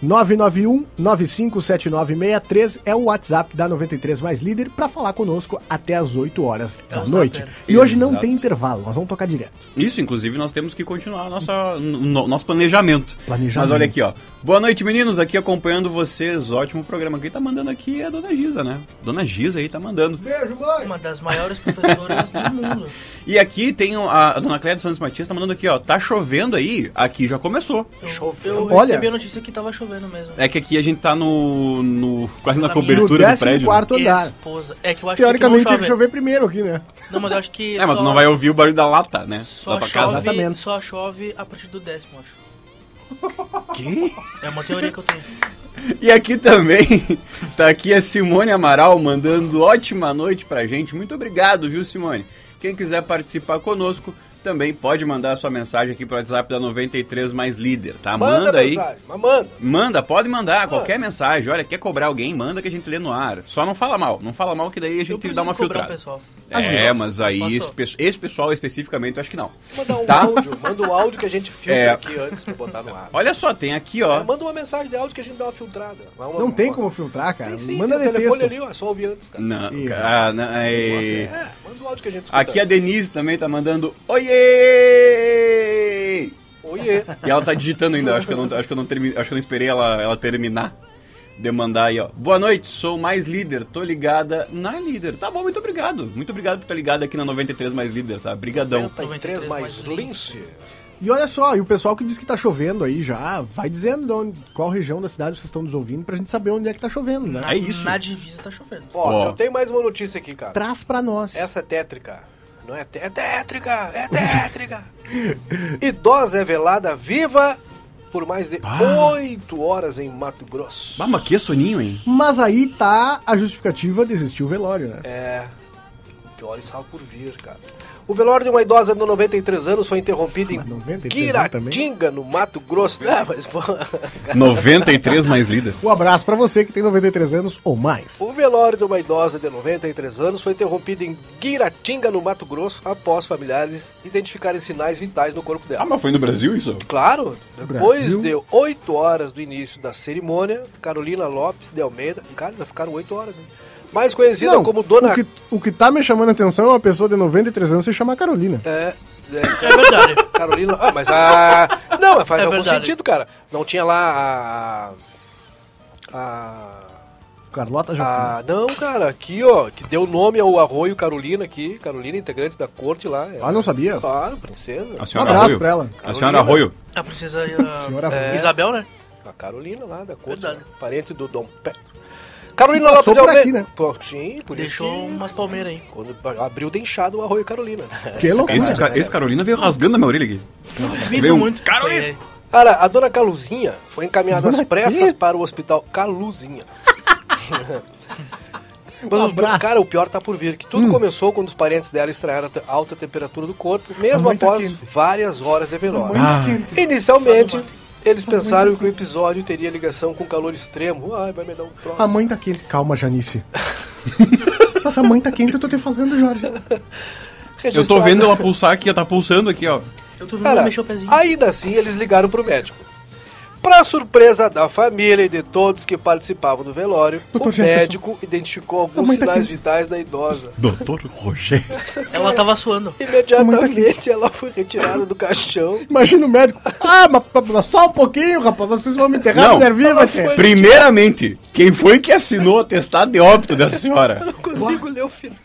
991-957963 é o WhatsApp da 93 Mais Líder para falar conosco até as 8 horas da o noite. Zapper. E hoje não Exato. tem intervalo, nós vamos tocar direto. Isso, inclusive, nós temos que continuar a nossa, no- no- nosso planejamento. Planejamento. Mas olha aqui, ó. Boa noite, meninos. Aqui acompanhando vocês. Ótimo programa. Quem tá mandando aqui é a Dona Giza, né? Dona Giza aí tá mandando. Beijo, mãe! Uma das maiores professoras do mundo. E aqui tem o- a, a Dona Cléia dos Santos Matias tá mandando aqui, ó. Tá chovendo aí? Aqui já começou. Eu- Chovendo. Eu Olha. recebi a notícia que tava chovendo mesmo. É que aqui a gente tá no. no- quase na Tá No cobertura do prédio. né? 14º andar. Esposa. É que eu acho Teoricamente que aqui tinha não chove. que chover primeiro aqui, né? Não, mas eu acho que. É, mas tu só- não vai ouvir o barulho da lata, né? Só Da tua chove, casa. Exatamente. Só chove a partir do décimo, acho. Que? É uma teoria que eu tenho. E aqui também tá aqui a Simone Amaral mandando ótima noite pra gente. Muito obrigado, viu, Simone? Quem quiser participar conosco também pode mandar a sua mensagem aqui pro WhatsApp da 93 mais líder, tá? Manda, aí. mensagem, mas manda. Manda, pode mandar qualquer mensagem. Olha, quer cobrar alguém, manda que a gente lê no ar. Só não fala mal, não fala mal que daí a Eu gente preciso dá uma cobrar o filtrada. pessoal. Às É, vezes. mas aí Posso? esse, pe- esse pessoal especificamente eu acho que não. Manda um Tá? áudio, manda um áudio que a gente filtra É. aqui antes de botar no ar. Olha só, tem aqui, ó. É, Manda uma mensagem de áudio que a gente dá uma filtrada. Uma- Não uma- tem como filtrar, cara. Tem sim, Manda tem o de telefone texto. ali, ó, é só ouvir antes, cara. Não, Ih, cara, não, é... É, manda o áudio que a gente escuta. Aqui a Denise também tá mandando Oiê! Oiê. E ela tá digitando ainda, acho que eu não, acho que eu não, termi, acho que eu não esperei ela, ela terminar de mandar aí, ó. Boa noite, sou mais líder, tô ligada na líder. Tá bom, muito obrigado. Muito obrigado por estar ligado aqui na 93 mais líder, tá? Brigadão. 93 mais lince. E olha só, e o pessoal que diz que tá chovendo aí já, vai dizendo de onde- qual região da cidade vocês estão nos ouvindo pra gente saber onde é que tá chovendo, né? Na- É isso. Na divisa tá chovendo. Ó. Ó, eu tenho mais uma notícia aqui, cara. Traz pra nós. Essa é tétrica. Não é, té- é tétrica, é tétrica. Idosa é velada viva por mais de oito horas em Mato Grosso. Ah, mas que soninho, hein? Mas aí tá a justificativa de existir o velório, né? É. O pior estava por vir, cara. O velório de uma idosa de 93 anos foi interrompido Ah, em 93 anos também? Quiratinga, no Mato Grosso. Ah, mas, pô, 93 mais líder. Um abraço pra você que tem 93 anos ou mais. o velório de uma idosa de 93 anos foi interrompido em Quiratinga, no Mato Grosso, após familiares identificarem sinais vitais no corpo dela. Ah, mas foi no Brasil isso? Claro, depois Brasil. de 8 horas do início da cerimônia, Carolina Lopes de Almeida, cara, já ficaram 8 horas, hein? Mais conhecida como Dona. o, que, o que tá me chamando a atenção é uma pessoa de 93 anos se chamar Carolina. É, é, É verdade. Carolina. Ah, mas a. Não, mas faz É algum verdade. sentido, cara. Não tinha lá a. A. Carlota Joaquim. a- não, cara, aqui, ó, que deu nome ao arroio Carolina aqui. Carolina, integrante da corte lá. Ah, não sabia? Claro, princesa. A senhora Um abraço Arroio. pra ela. A senhora Arroio. A princesa a- Senhora é, Ruth. Isabel, né? A Carolina lá da corte, Verdade. né? parente do Dom Pedro. Carolina Passou Lopes por Almeida. aqui, né? Pô, sim, por Deixou isso. que- umas palmeiras aí. Quando abriu de inchado o arroio Carolina. né? Que loucura. Esse, ca- esse Carolina veio rasgando a minha orelha aqui. Duvido Veio um muito. Carolina. Foi, é. Cara, a dona Caluzinha foi encaminhada às Dona pressas quê? para o hospital Caluzinha. Um abraço. Hum. Cara, o pior tá por vir, que tudo começou quando os parentes dela estranharam a te- alta temperatura do corpo, mesmo mãe tá após quente. várias horas de velório. Ah. Inicialmente, eles pensaram que o episódio teria ligação com calor extremo. Ai, vai me dar um troço. A mãe tá quente. Calma, Janice. Nossa, a mãe tá quente, eu tô te falando, Jorge. Eu tô Registrado- vendo ela pulsar aqui, ela tá pulsando aqui, ó. Eu tô vendo Cara, ela mexer o pezinho. ainda assim eles ligaram pro médico. Pra surpresa da família e de todos que participavam do velório, Doutor o Jefferson. médico identificou alguns mãe tá sinais aqui. tá vitais da idosa. Doutor Rogério. Ela tava suando. Imediatamente ela foi retirada do caixão. Imagina o médico. Ah, mas, mas só um pouquinho, rapaz. Vocês vão me enterrar, Não. mulher viva, Ela tchê. foi- Primeiramente, quem foi que assinou o atestado de óbito dessa senhora? Não consigo ler o final.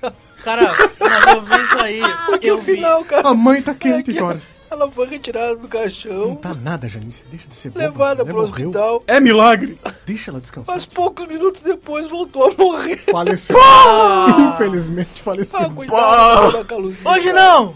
Cara, mas eu vi isso aí. Ah, Porque eu o vi. final, cara. A mãe tá é quente, que Jorge. Ela foi retirada do Não caixão, tá nada, Janice. Deixa de ser boba. levada Mulher pro morreu. hospital. É milagre. Deixa ela descansar. Mas poucos minutos depois voltou a morrer. Faleceu. Infelizmente faleceu. Ah, coitado da Caluzinha. Hoje não!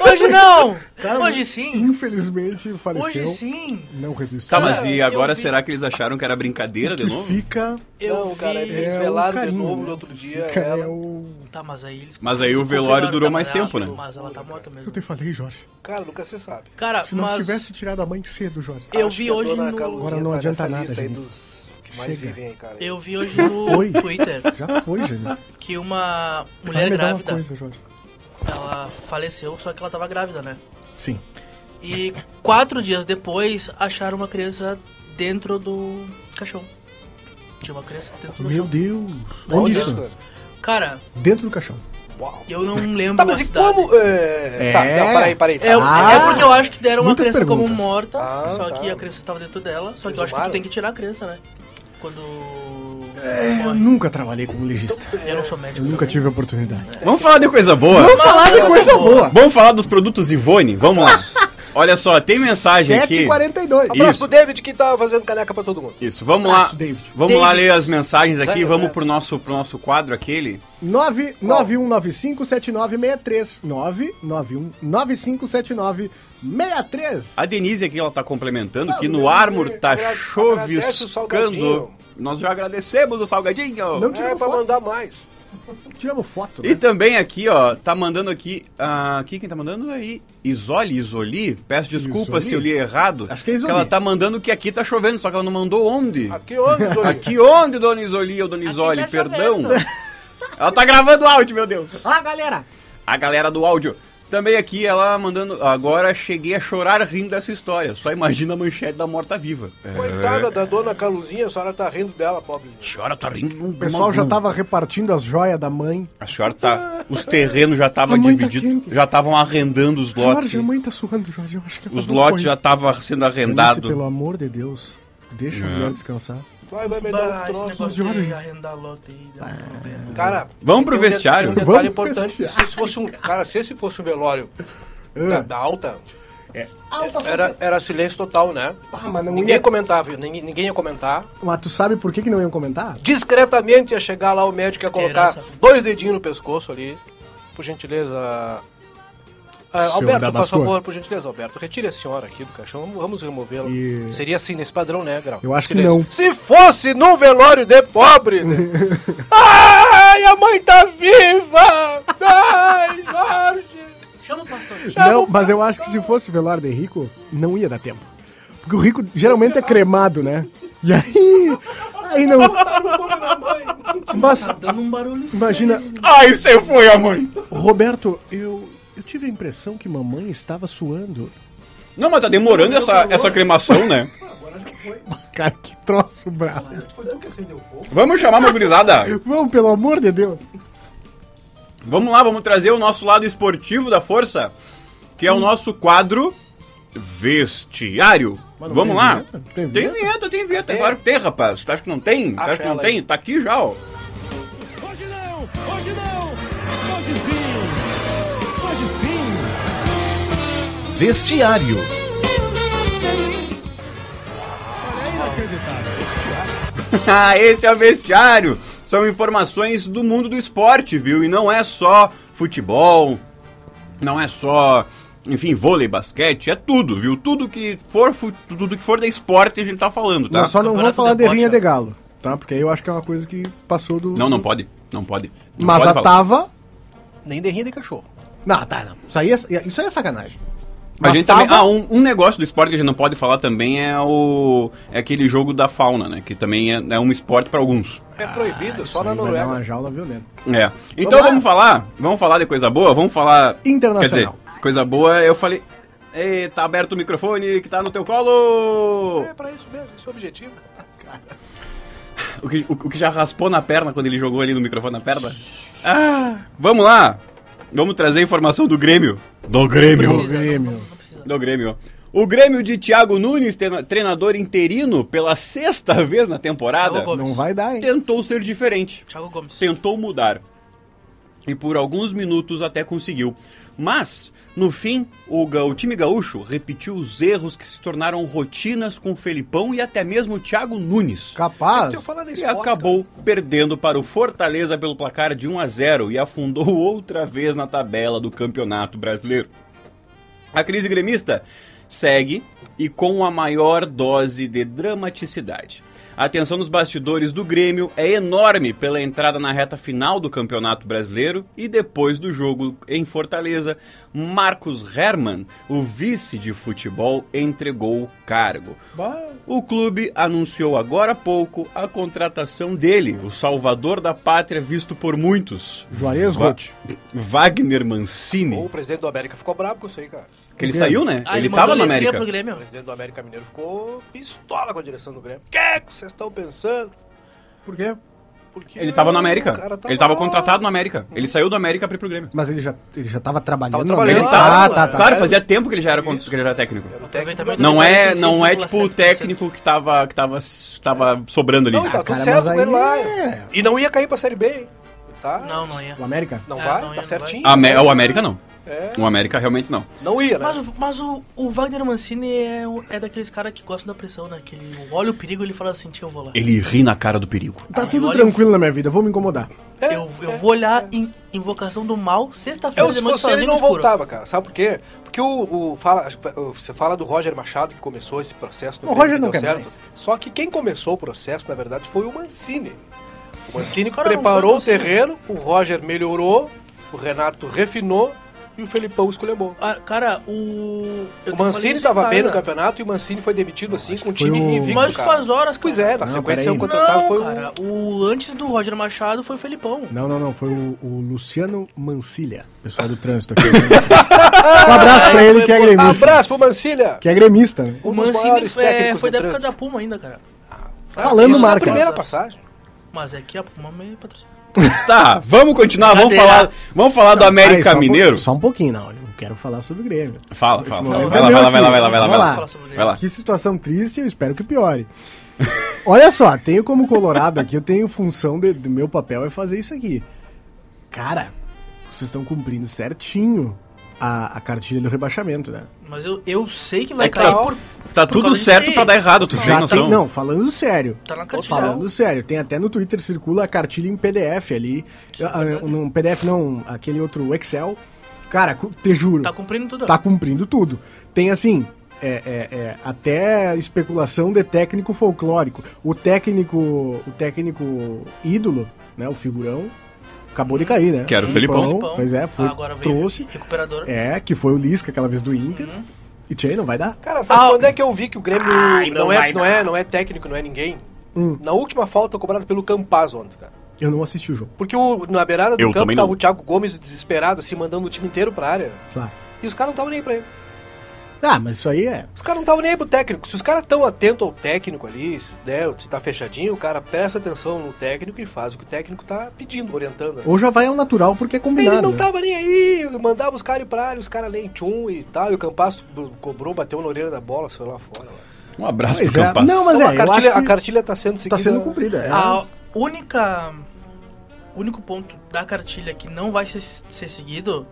Hoje não! Cara, Hoje sim! Ah, Infelizmente faleceu. Hoje sim! Não resistiu. Tá, mas e eu agora vi. será que eles acharam que era brincadeira de que novo? fica Eu não, vi... cara, eles É, velaram um carinho, de novo né? no outro dia. fica ela- é o... Tá, mas aí eles... Mas aí o eles velório confirmaram, durou tá, mais mas ela- tempo, né? Mas ela tá morta mesmo. Eu te falei, Jorge. Cara, nunca se sabe. Cara, Se não mas... tivesse tirado a mãe cedo, Jorge. Eu Acho vi que a hoje dona no- Caluzinha Agora não tá nessa adianta nada, lista aí Janice. dos que mais Chega. vivem, cara. Eu vi hoje Já no foi. Twitter Já foi, Janice. que uma Vai mulher me dar uma grávida, coisa, Jorge. ela faleceu, só que ela tava grávida, né? Sim. E quatro dias depois, acharam uma criança dentro do caixão. Tinha uma criança dentro do Meu caixão. Deus. Olha Onde isso, isso? cara. Cara, Dentro do caixão. Uau. eu não lembro Tá, mas a e cidade. como. É... É. Tá, tá, peraí, peraí. É, Ah, é porque eu acho que deram uma muitas criança como perguntas. morta, Ah, só que tá. a criança tava dentro dela. Só que eu acho que Exumaram? tu tem que tirar a criança, né? Quando... Eu morre. nunca trabalhei como legista. Eu não sou médico. É. Então, Eu nunca tive a oportunidade. Vamos falar de coisa boa. Vamos falar de coisa boa. Vamos falar dos produtos Ivone? Vamos lá. Olha só, tem mensagem aqui. 7h42. Abraço Isso. pro David que tá fazendo caneca pra todo mundo. Isso, vamos lá. Abraço, David. Vamos lá ler as mensagens aqui, Vai, vamos Roberto. pro nosso, pro nosso quadro aquele. 991957963. 991957963. A Denise aqui, ela tá complementando Não, que no Denise, Armor tá agra- agradece o choviscando. salgadinho. Nós já agradecemos o salgadinho. Não É, tiramos pra foto. mandar mais. Tiramos foto, né? E também aqui, ó, tá mandando aqui. ah, aqui quem tá mandando aí? Isoli, Isoli? Peço desculpa Isoli? se eu li errado. Acho que é Isoli. Ah. Ela tá mandando que aqui tá chovendo, só que ela não mandou onde. Aqui, onde, Zorinho? Aqui onde, dona Isoli ou dona Isoli? tá Perdão. chovendo. ela tá gravando áudio, meu Deus. Ah, galera. A galera do áudio. Também aqui ela mandando. Agora cheguei a chorar rindo dessa história. Só imagina a manchete da morta-viva. É. Coitada da dona Caluzinha, a senhora tá rindo dela, pobre. A senhora tá rindo. de um- O pessoal já uma- tava repartindo as joias da mãe. A senhora tá. Os terrenos já A estavam mãe tá divididos. quente. já estavam arrendando os lotes. Jorge, a mãe tá suando, Jorge. Eu acho que ela Os não lotes foi. já estavam sendo Janice, arrendados. Pelo amor de Deus, deixa a mulher descansar. Vai, vai me dar Bah, um esse troço. negócio de arrendar lote aí, dá Ah. um problema. Cara, Vamos pro tem um de- vestiário? Tem um detalhe Vamos pro importante. Se vestiário. Ah. isso fosse um, cara, se esse fosse um velório da, da alta, Alta era, era silêncio total, né? Ah, mas tá não Ninguém ia- comentava, ninguém, ninguém ia comentar. Mas tu sabe por que, que não iam comentar? Discretamente ia chegar lá o médico ia colocar Herança. dois dedinhos no pescoço ali. Por gentileza. Ah, Senhor Alberto, da faz Bascor. favor, por gentileza, Alberto, retire a senhora aqui do caixão, vamos- vamos removê-la. E- Seria assim, nesse padrão, né, Grau? Eu acho que Silêncio. não. Se fosse num velório de pobre! né? Ai, a mãe tá viva! Ai, Jorge! Chama o pastor. Não, mas eu acho que se fosse velório de rico, não ia dar tempo. Porque o rico geralmente é cremado, né? E aí. Aí não. Mas Dando um barulho. imagina, Ai, você foi a mãe. Roberto, eu, eu tive a impressão que mamãe estava suando. Não, mas tá demorando essa, essa cremação, né? Cara, que troço bravo. Vamos chamar uma gurizada. Vamos, pelo amor de Deus. Tá, Vamos lá, vamos trazer o nosso lado esportivo da força, que Hum. é o nosso quadro vestiário. Mas não Vamos tem lá. vinheta? Tem Tem vinheta? vinheta, tem vinheta. Claro que tem, rapaz. Tu acha que não tem? Tu Acha acha que não ela tem? aí. Tá aqui já, ó. Hoje não! Hoje não! Hoje sim! Hoje sim! Vestiário. É inacreditável! Ah, esse é o vestiário. São informações do mundo do esporte, viu? E não é só futebol, não é só, enfim, vôlei, basquete, é tudo, viu? Tudo que for, fu- tudo que for da esporte a gente tá falando, tá? Nós só não Campeonato vamos falar de debocha. rinha de galo, tá? Porque aí eu acho que é uma coisa que passou do. né? Não, não pode, não pode. Não Mas pode a falar. tava. Nem derrinha de cachorro. Não, tá, não. Isso aí é, isso aí é sacanagem. A gente tava- também, ah, um, um negócio do esporte que a gente não pode falar também é o é aquele jogo da fauna, né? Que também é, é um esporte pra alguns. É proibido, só Ah, Isso na aí vai dar uma Noruega. jaula violenta. É. Vamos Então lá. vamos falar, vamos falar de coisa boa, vamos falar Internacional. Quer dizer, coisa boa, eu falei, "Ei, tá aberto o microfone que tá no teu colo. É pra isso mesmo, esse é o objetivo. O que, o, o que já raspou na perna quando ele jogou ali no microfone na perna? Ah, vamos lá. Vamos trazer informação do Grêmio. Do Grêmio. Precisa, Grêmio. não- não precisa. Do Grêmio. O Grêmio de Thiago Nunes, trena- treinador interino pela sexta vez na temporada, Thiago Gomes. Não vai dar, hein? tentou ser diferente. Thiago Gomes. tentou mudar e por alguns minutos até conseguiu. Mas No fim, o, ga- o time gaúcho repetiu os erros que se tornaram rotinas com Felipão e até mesmo Thiago Nunes. Capaz. Eu falar nesse E esporte, acabou perdendo para o Fortaleza pelo placar de 1 a 0 e afundou outra vez na tabela do Campeonato Brasileiro. A crise gremista segue e com a maior dose de dramaticidade. A tensão nos bastidores do Grêmio é enorme pela entrada na reta final do Campeonato Brasileiro e depois do jogo em Fortaleza, Marcos Herman, o vice de futebol, entregou o cargo. O clube anunciou agora há pouco a contratação dele, o salvador da pátria visto por muitos, Juarez Va- Roth. Wagner cara. Ou Mancini. o presidente do América ficou bravo com isso aí, cara. Que ele saiu, né? Ah, ele mandou tava na letrinha América. pro O Grêmio. presidente do América Mineiro ficou pistola com a direção do Grêmio. O que que vocês estão pensando? Por quê? Porque Ele tava no o América. cara tá Ele tava contratado no América. Ele saiu do América pra ir pro Grêmio. Mas ele já, ele já tava trabalhando. Tava não, trabalhando, ele claro, tá, claro. tá, tá. Claro, fazia tempo que ele já era, con- que ele já era técnico. Aproveitamento Não é, 46,7%. não é tipo o técnico que tava, que tava, tava sobrando ali. Não, tá tudo Cara, certo mas com ele aí... lá. é- E não ia cair pra Série B, hein? Tá? Não, não ia. O América? Não É, vai? não ia, tá não certinho? A Amé- o América não. É. O América realmente não. Não ia, né? Mas, o, mas o, o Wagner Mancini é, o- é daqueles caras que gostam da pressão, né? Que ele olha o perigo e ele fala assim, tia, eu vou lá. Ele ri na cara do perigo. Tá Ai, tudo olha- tranquilo na minha vida, eu vou me incomodar. É, eu, eu é. vou olhar em Invocação do Mal sexta-feira Eu, de se manhã fosse ele, sozinho no não escuro. voltava, cara. Sabe por quê? Porque o, o fala, acho que você fala do Roger Machado, que começou esse processo. no O Grêmio, Roger que deu não quer mais. certo. Só que quem começou o processo, na verdade, foi o Mancini. O Mancini Cara, não preparou o foi o Mancini. terreno, o Roger melhorou, o Renato refinou e o Felipão escolheu. Ah, cara, o... eu O falei Mancini isso, tava cara. bem no campeonato e o Mancini foi demitido assim, com o foi time o- invicto, Mas cara. faz horas, cara. Pois é, na Não, sequência peraí. o contratado Não, foi cara. o... O antes do Roger Machado foi o Felipão. Não, não, não, foi o, o Luciano Mancilha, pessoal do trânsito aqui. um abraço pra ele que é gremista. Abraço pro Mancilha! Que é gremista, né? O Um dos Mancini maiores foi, é, técnicos foi do da época trânsito. da é Puma ainda, cara. Falando Isso na marca. primeira passagem. Mas é que a Puma meio patrocina. Tá, vamos continuar, vamos Brincadeira. falar, vamos falar do Aí, América só um Mineiro. pouquinho- só um pouquinho, não. Eu quero falar sobre o Grêmio. Fala, fala, fala. momento Vai é lá, meu vai lá, vai aqui. lá, vai lá, vai Vamos lá. lá. Vai lá. Que situação triste, eu espero que piore. Olha só, tenho como colorado aqui, eu tenho função de, do meu papel é fazer isso aqui. Cara, vocês estão cumprindo certinho a, a cartilha do rebaixamento, né? Mas eu, eu sei que vai É que cair tá, por... tá por tudo causa de certo quem? pra dar errado, tu tem Já tem, noção? não, falando sério. Tá na cartilha. Falando sério, tem até no Twitter circula a cartilha em PDF ali. Ah, Não, PDF não, aquele outro Excel. Cara, cu- te juro. Tá cumprindo tudo. tá cumprindo tudo. Tem assim. é, é, é, até especulação de técnico folclórico. O técnico, o técnico ídolo, né, o figurão, acabou de cair, né? Que era o Felipão. Felipão. Pois é, foi, Ah, Agora vem trouxe. recuperador. É, que foi o Lisca aquela Uhum. vez do Inter. E tchê, não vai dar. Cara, sabe Ah, quando é que eu vi que o Grêmio Ai, não, não é, vai não, dar. é, não é técnico, não é ninguém? Hum. Na última falta cobrada pelo Campaz ontem, cara. Eu não assisti o jogo. Porque o- na beirada do Eu campo também tava não. o Thiago Gomes desesperado, assim, mandando o time inteiro pra área. Claro. E os caras não estavam nem aí pra ele. Ah, mas isso aí é. Os caras não estavam nem aí pro técnico. Se os caras estão atentos ao técnico ali, se, der, se tá fechadinho, o cara presta atenção no técnico e faz o que o técnico tá pedindo, orientando. né? Ou já vai ao natural porque é combinado. Ele não né? tava nem aí, mandava os caras ir pra área, os caras nem tchum e tal, e o Campasso cobrou, bateu na orelha da bola, foi lá fora. mano. Um abraço Pois pro é. Campas. Não, mas Pô, é, a, eu cartilha, acho a que cartilha tá sendo seguida. tá sendo cumprida. é. A única. O único ponto da cartilha que não vai ser, ser seguido,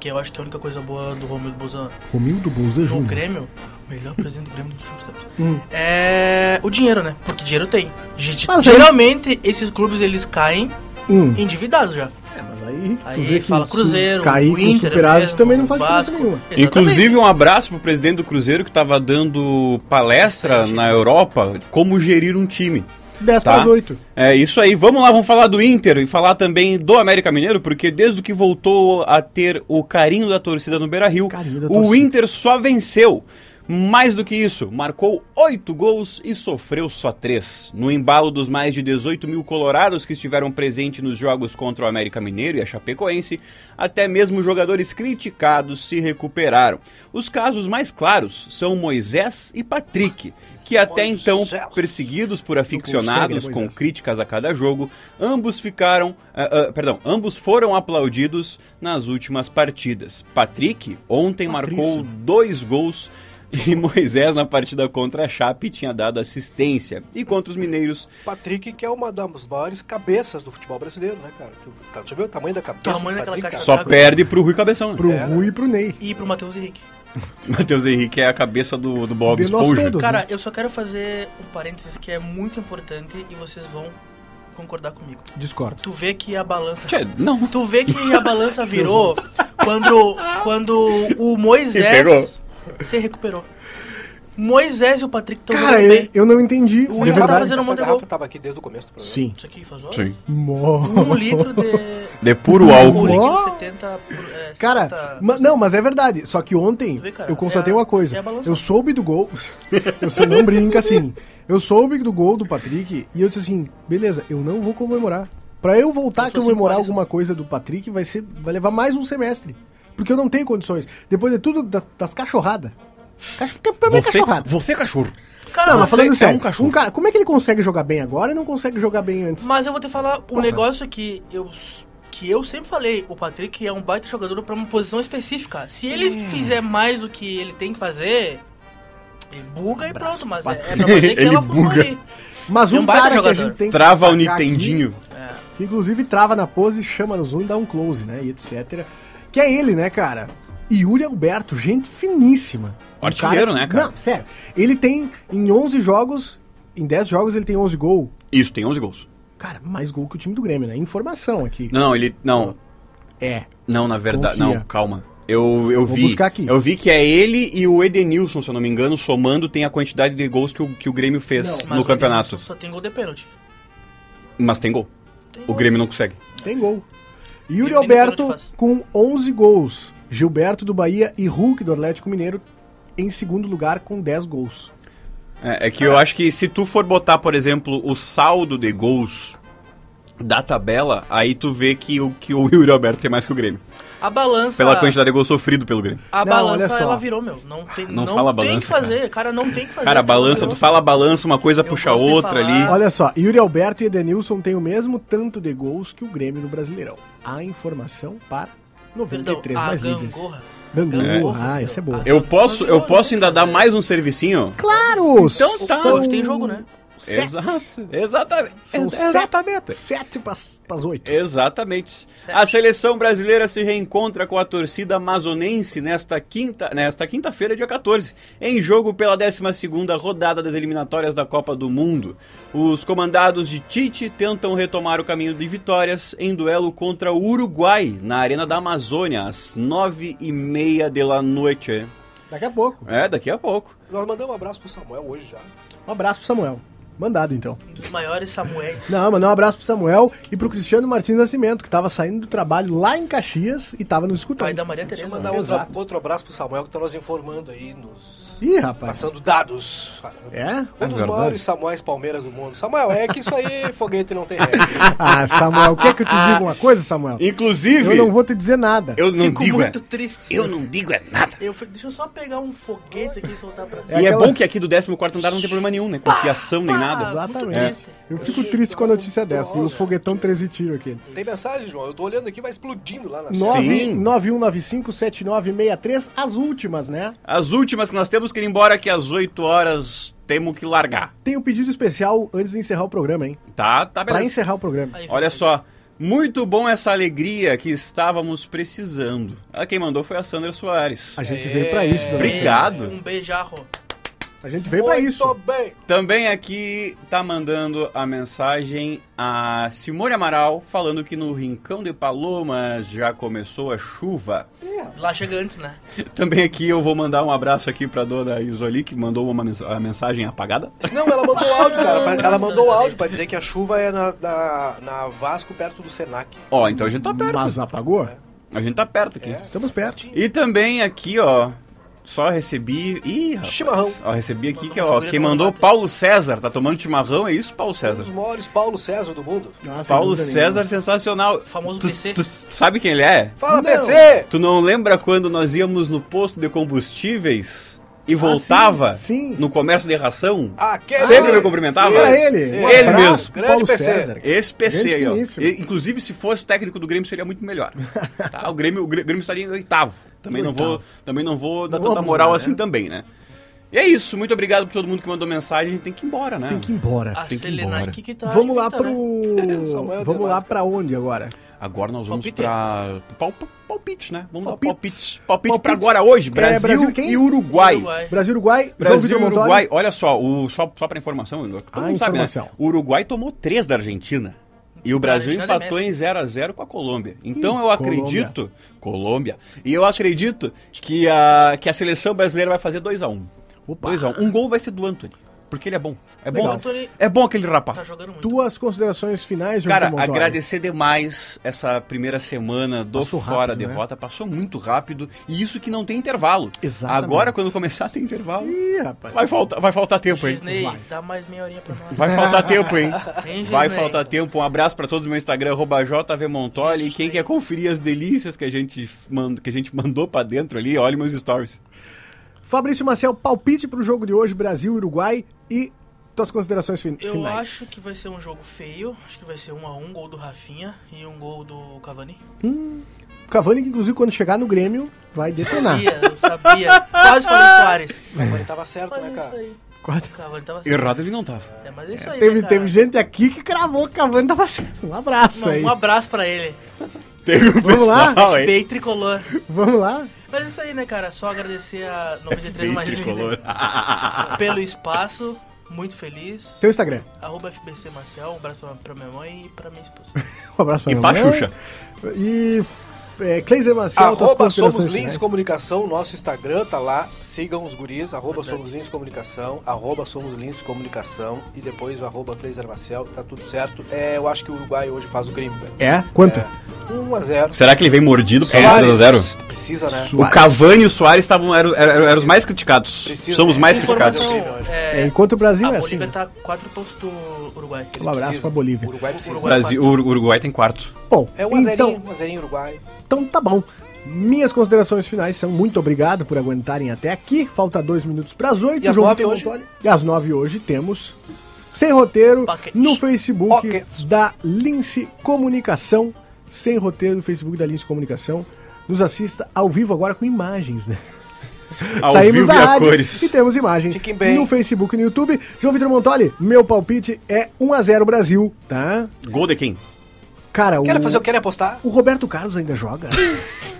que eu acho que é a única coisa boa do Romildo Bozan Romildo Bolsa no Júnior. Grêmio, o melhor presidente do Grêmio dos últimos tempos, Hum. é o dinheiro, né? Porque dinheiro tem. Gente, Mas aí- geralmente esses clubes eles caem Hum. endividados já. É, mas aí, tu Aí vê que fala se Cruzeiro, cair o Inter com superávit mesmo, também não faz Vasco. diferença nenhuma. Exatamente. Inclusive, um abraço pro presidente do Cruzeiro que tava dando palestra na Europa como gerir um time. 10 Tá. para as 8. É isso aí. Vamos lá, vamos falar do Inter e falar também do América Mineiro, porque desde que voltou a ter o carinho da torcida no Beira Rio, Carinho da o torcida. Inter só venceu. Mais do que isso, marcou oito gols e sofreu só três. No embalo dos mais de 18 mil colorados que estiveram presentes nos jogos contra o América Mineiro e a Chapecoense, até mesmo jogadores criticados se recuperaram. Os casos mais claros são Moisés e Patrick, que até um então Moisés. perseguidos por aficionados né, com Moisés? críticas a cada jogo, ambos ficaram, ah, ah, perdão, ambos foram aplaudidos nas últimas partidas. Patrick ontem marcou dois gols E Moisés, na partida contra a Chape, tinha dado assistência. E contra os mineiros, Patrick, que é uma das maiores cabeças do futebol brasileiro, né, cara? Tu, tá- tu viu o tamanho da cabeça Tamanho do daquela Patrick, caixa cara? só perde pro Rui Cabeção. Né? Pro É. Rui e pro Ney. E pro Matheus Henrique. Matheus Henrique é a cabeça do, do Bob De nós Esponja. todos. Cara, eu só quero fazer um parênteses que é muito importante e vocês vão concordar comigo. Discordo. Tu vê que a balança. Tchê, não. Tu vê que a balança virou quando, quando o E pegou. Moisés se recuperou. Moisés e o Patrick estão Cara, jogando bem. Então, eu, eu não entendi. O É Inter tá verdade. fazendo- Essa manda garrafa gol. tava aqui desde o começo do programa. Sim. Isso aqui faz hora? Sim. Mo- Um litro de. De puro Um álcool. líquido Ó. 70. por- é, Cara, 70 ma- não, mas é verdade. Só que ontem Vê, cara, eu constatei é a- uma coisa. é a balança. eu soube do gol. eu sou- não brinca assim. Eu soube do gol do Patrick e eu disse assim: beleza, eu não vou comemorar. Pra eu voltar a Eu sou comemorar simpático. alguma coisa do Patrick, vai, ser, vai levar mais um semestre. Porque eu não tenho condições. Depois de tudo, das, das cachorradas. Cacho, pra mim é cachorrada. você, cachorro. Cara, Não, mas mas, falando é sério, um cachorro. um cara, como é que ele consegue jogar bem agora e não consegue jogar bem antes? mas eu vou te falar um negócio que eu. Que eu sempre falei, o Patrick é um baita jogador pra uma posição específica. Se ele fizer mais do que ele tem que fazer, ele buga e pronto. Mas é, é pra fazer Ele aquela função buga. ali. Mas É um um baita cara que a jogador. É. gente tem que Trava o destacar aqui, Nintendinho. que inclusive trava na pose, chama no zoom e dá um close, né? E etc. Que é ele, né, cara? Yuri Alberto, gente finíssima. Um Artilheiro, que- né, cara? Não, sério. Ele tem, em 11 jogos, em 10 jogos ele tem 11 gol. Isso, tem 11 gols. Cara, mais gol que o time do Grêmio, né? Informação aqui. Não, não, ele. Não, É. não, na verdade. Confia. Não, calma. Eu, eu Vou vi. buscar aqui. Eu vi que é ele e o Edenilson, se eu não me engano, somando, tem a quantidade de gols que o, que o Grêmio fez Não, mas no o campeonato. Edenilson Só tem gol de pênalti. Mas tem gol. O Grêmio não consegue. Tem gol. Yuri Ele tem Alberto pênalti fácil. com 11 gols. Gilberto do Bahia e Hulk do Atlético Mineiro em segundo lugar com 10 gols. É, é que eu acho que se tu for botar, por exemplo, o saldo de gols da tabela, aí tu vê que o, que o Yuri Alberto tem mais que o Grêmio. A balança. Pela quantidade de gols sofrido pelo Grêmio. A Não, olha balança só. ela virou, meu. Não tem, Não não fala tem balança, que fazer, cara. não tem é que fazer. Cara, a Ela balança, tu virou. fala balança, uma coisa puxa a gosto de outra falar. ali. Olha só, Yuri Alberto e Edenilson têm o mesmo tanto de gols que o Grêmio no Brasileirão. A informação para Perdão, ah, 93 a mais liga. gangorra. Gangorra, Gangorra, ah, essa é boa. a Eu gangorra posso, eu virou, posso né, ainda dar cara? mais um servicinho? Claro! Então tá, são hoje tem jogo, né? sete. Exato. Exatamente. São Ex- Exatamente. Sete pras pras oito. Exatamente. Certo. A seleção brasileira se reencontra com a torcida amazonense nesta quinta, nesta quinta-feira, dia 14, em jogo pela 12ª rodada das eliminatórias da Copa do Mundo. Os comandados de Tite tentam retomar o caminho de vitórias em duelo contra o Uruguai na Arena da Amazônia às 9h30 da noite. Daqui a pouco. É, daqui a pouco. Nós mandamos um abraço pro Samuel hoje já. Um abraço pro Samuel. Mandado, então. Um dos maiores Samuéis. Não, mandar um abraço pro Samuel e pro Cristiano Martins Nascimento, que tava saindo do trabalho lá em Caxias e tava nos escutando. Pai da Maria Tereza. Deixa eu mandar um né? outro, Exato. outro abraço pro Samuel que tá nos informando aí, nos Ih, rapaz. passando dados. É? Um dos maiores Samuels Palmeiras do mundo. Samuel, é que isso aí, foguete não tem regra. Ah, Samuel, quer que eu te diga uma coisa, Samuel? Inclusive, Eu não vou te dizer nada. eu não Fico digo é- muito triste. eu não digo é nada. Eu fui- deixa eu só pegar um foguete aqui e soltar pra É e aquela- é bom que aqui do 14 andar não tem problema nenhum, né? Com fiação nem nada. Exatamente. Muito triste. Eu fico triste com a notícia dessa. E o foguetão 13 tiro aqui. tem mensagem, João? Eu tô olhando aqui, vai explodindo lá na Nossa. série. 991957963, as últimas, né? As últimas que nós temos que ir embora que às 8 horas temos que largar. Tem um pedido especial antes de encerrar o programa, hein? Tá, tá Pra beleza. encerrar o programa. Aí, Olha fica- só, muito bom essa alegria que estávamos precisando. Ah, quem mandou foi a Sandra Soares. A gente veio pra isso, dona Obrigado. Luciana. Um beijarro. A gente veio pra Muito isso. bem. Também aqui tá mandando a mensagem a Simone Amaral falando que no Rincão de Palomas já começou a chuva. Lá chega antes, né? Também aqui eu vou mandar um abraço aqui pra dona Isoli que mandou uma mens- a mensagem apagada. Não, ela mandou áudio, cara. pra- Ela mandou áudio pra dizer que a chuva é na, na, na Vasco, perto do Senac. Ó, então a gente tá perto. Mas É. apagou? A gente tá perto aqui. Estamos perto. E também aqui, ó, só recebi. Ih, rapaz. Chimarrão. Ó, recebi aqui Mandou que, uma ó, figurinha quem pra mandou bater. Paulo César. Tá tomando chimarrão, é isso, Paulo Um César? dos maiores Paulo César do mundo. Nossa, Paulo Hum, sem dúvida César, sensacional. Famoso tu, PC. tu sabe quem ele é? Não. Fala, PC! Tu não lembra quando nós íamos no posto de combustíveis e voltava Ah, sim, sim. no comércio de ração? Aquele Sempre me cumprimentava? Era ele. Um Ele abraço, mesmo. Grande Paulo PC. César. Esse PC Grande aí, ó. finíssimo. E, inclusive, se fosse técnico do Grêmio, seria muito melhor. Tá? O, Grêmio, o Grê- Grêmio estaria em oitavo. Também não vou, também não vou dar Não tanta vamos moral lá, assim né? também, né? E é isso, muito obrigado por todo mundo que mandou mensagem. A gente tem que ir embora, né? Tem que ir embora. A tem que ir Selena embora. Ah, que tá Vamos lá invicta, né? Samuel pro. Vamos lá Delasco. pra onde agora? Agora nós vamos Palpite. pra. pal- Palpite, né? Vamos dar Palpites. palpite. Palpite pra Palpites. agora hoje. É, Brasil, Brasil quem? e Uruguai. Uruguai. Brasil e Uruguai, João Brasil Vitor e Montoli. Uruguai, olha só, o, só, só pra informação, todo Ah, mundo sabe, né? informação. O Uruguai tomou três da Argentina. E o Brasil Argentina e empatou em 0 a 0 com a Colômbia. Então Ih, eu acredito, Colômbia, e eu acredito que a, que a seleção brasileira vai fazer 2 a 1. Opa. 2 a 1. Um gol vai ser do Anthony, porque ele é bom. É bom, Legal. Antony- é bom aquele rapaz. Tá jogando muito. Tuas considerações finais, João Cara, Vitor Montoli. agradecer demais essa primeira semana do Passou Fora rápido, né? Derrota. Passou muito rápido. E isso que não tem intervalo. Exatamente. Agora, quando começar a ter intervalo, Ih, rapaz. vai faltar, vai faltar tempo, hein? Disney, dá mais meia horinha pra nós. Vai faltar tempo, hein? Hein, Vai Disney? faltar tempo. Um abraço pra todos no meu Instagram, arroba JVMontoli. E quem quer conferir as delícias que a gente, mand- que a gente mandou pra dentro ali, olha meus stories. Fabrício Marcel, palpite pro jogo de hoje, Brasil e Uruguai e tuas considerações fin- Eu finais. acho que vai ser um jogo feio. Acho que vai ser um a um gol do Rafinha e um gol do Cavani. Cavani, que, inclusive, quando chegar no Grêmio, vai detonar. Sabia, eu sabia. Quase falei Soares. Agora ele tava certo, Mas é né, isso cara? aí. Quatro. O Cavani tava certo. Errado ele não tava. É, mas é isso aí. né, Teve, cara? teve gente aqui que cravou que Cavani tava certo. Um abraço aí. Um abraço pra ele. Teve um Vamos lá? pessoal, hein? Bem tricolor. Vamos lá? Mas é isso aí, né, cara? Só agradecer a 93 Bem mais um tricolor. pelo espaço. Muito feliz. Teu Instagram. Arroba FBC Marcel. Um abraço pra- pra minha mãe e pra minha esposa. Um abraço pra E minha pra mãe. Xuxa. E é, Cleiser Marcel, tuas Arroba Somos considerações Lins finais. Comunicação, nosso Instagram tá lá. Sigam os guris, arroba Somos Lins Comunicação, arroba Somos Lins Comunicação e depois o arroba Cleiser Marcel, tá tudo certo. É, eu acho que o Uruguai hoje faz o crime, velho. É? Quanto? É, 1 a 0 Será que ele vem mordido por Suárez, 2x0? Precisa, né? O Cavani e o Soares estavam, eram, eram- eram os mais criticados. Preciso. Somos mais criticados. Informação. É, É, enquanto o Brasil é a assim. Bolívia né? tá 4 pontos do Uruguai. Um abraço pra Bolívia. O Uruguai precisa. Uruguai. Brasil, Ur- Uruguai tem quarto. Bom, É 1 a 0 então, um a 0 Uruguai. então tá bom. Minhas considerações finais são muito obrigado por aguentarem até aqui. Falta dois minutos para as oito. E às João nove Vitor hoje? Montoli. E às nove hoje temos Sem Roteiro Pocket. no Facebook Pocket. da Lince Comunicação. Sem Roteiro no Facebook da Lince Comunicação. Nos assista ao vivo agora com imagens, né? Ao Saímos vivo da e a rádio cores. e temos imagem Fiquem bem. no Facebook e no YouTube. João Vitor Montoli, meu palpite é 1x0 Brasil, tá? Gol de quem? Cara, um o... Querem fazer o que? Querem apostar? O Roberto Carlos ainda joga.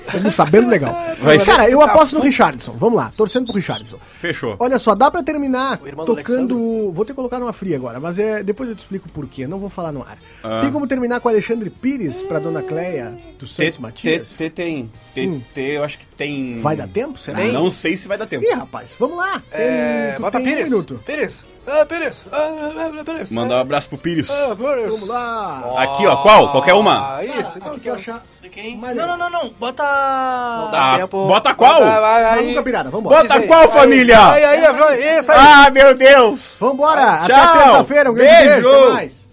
Estamos sabendo legal. Vai ser- Cara, eu aposto no Richardson. Vamos lá, torcendo pro Richardson. Fechou. Olha só, dá pra terminar O irmão do tocando. Vou ter que colocar numa fria agora, mas é... depois eu te explico por quê. Não vou falar no ar. Ah. Tem como terminar com Alexandre Pires pra Dona Cleia do Santos Matias? T tem. T, eu acho que tem. É, Vai dar tempo? Será? Ah, Não sei se vai dar tempo. Ih, rapaz, vamos lá. Tem, tu É, bota tem um Pires. minuto. Pires. Ah, Pires. Ah, ah, Pires. Mandar um abraço pro Pires. Ah, Pires. Vamos lá. Aqui, ó, qual? Qualquer uma. Ah, isso. Ah, tu achar- Mas é- Não, não, não, não, não. Bota. dá. Ah, bota qual? Vai, vai, vai. Maluca pirada, vambora. Bota qual, família? Aí, aí, aí, isso Tá aí. Ah, meu Deus! Vambora, Tchau. até terça-feira. Um grande beijo, Beijo. até mais.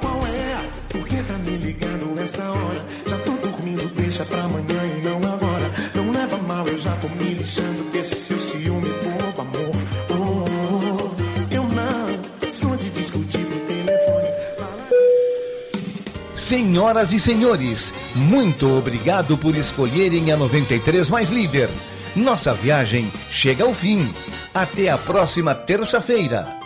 Qual é? Por que tá me ligando nessa hora? Já tô dormindo, deixa pra amanhã e não agora. Não leva mal, eu já tô me lixando desse seu ciúme bobo, amor. Oh, oh, oh. eu não sou de discutir por telefone. Fala- Senhoras e senhores, muito obrigado por escolherem a 93 mais líder. Nossa viagem chega ao fim. Até a próxima terça-feira.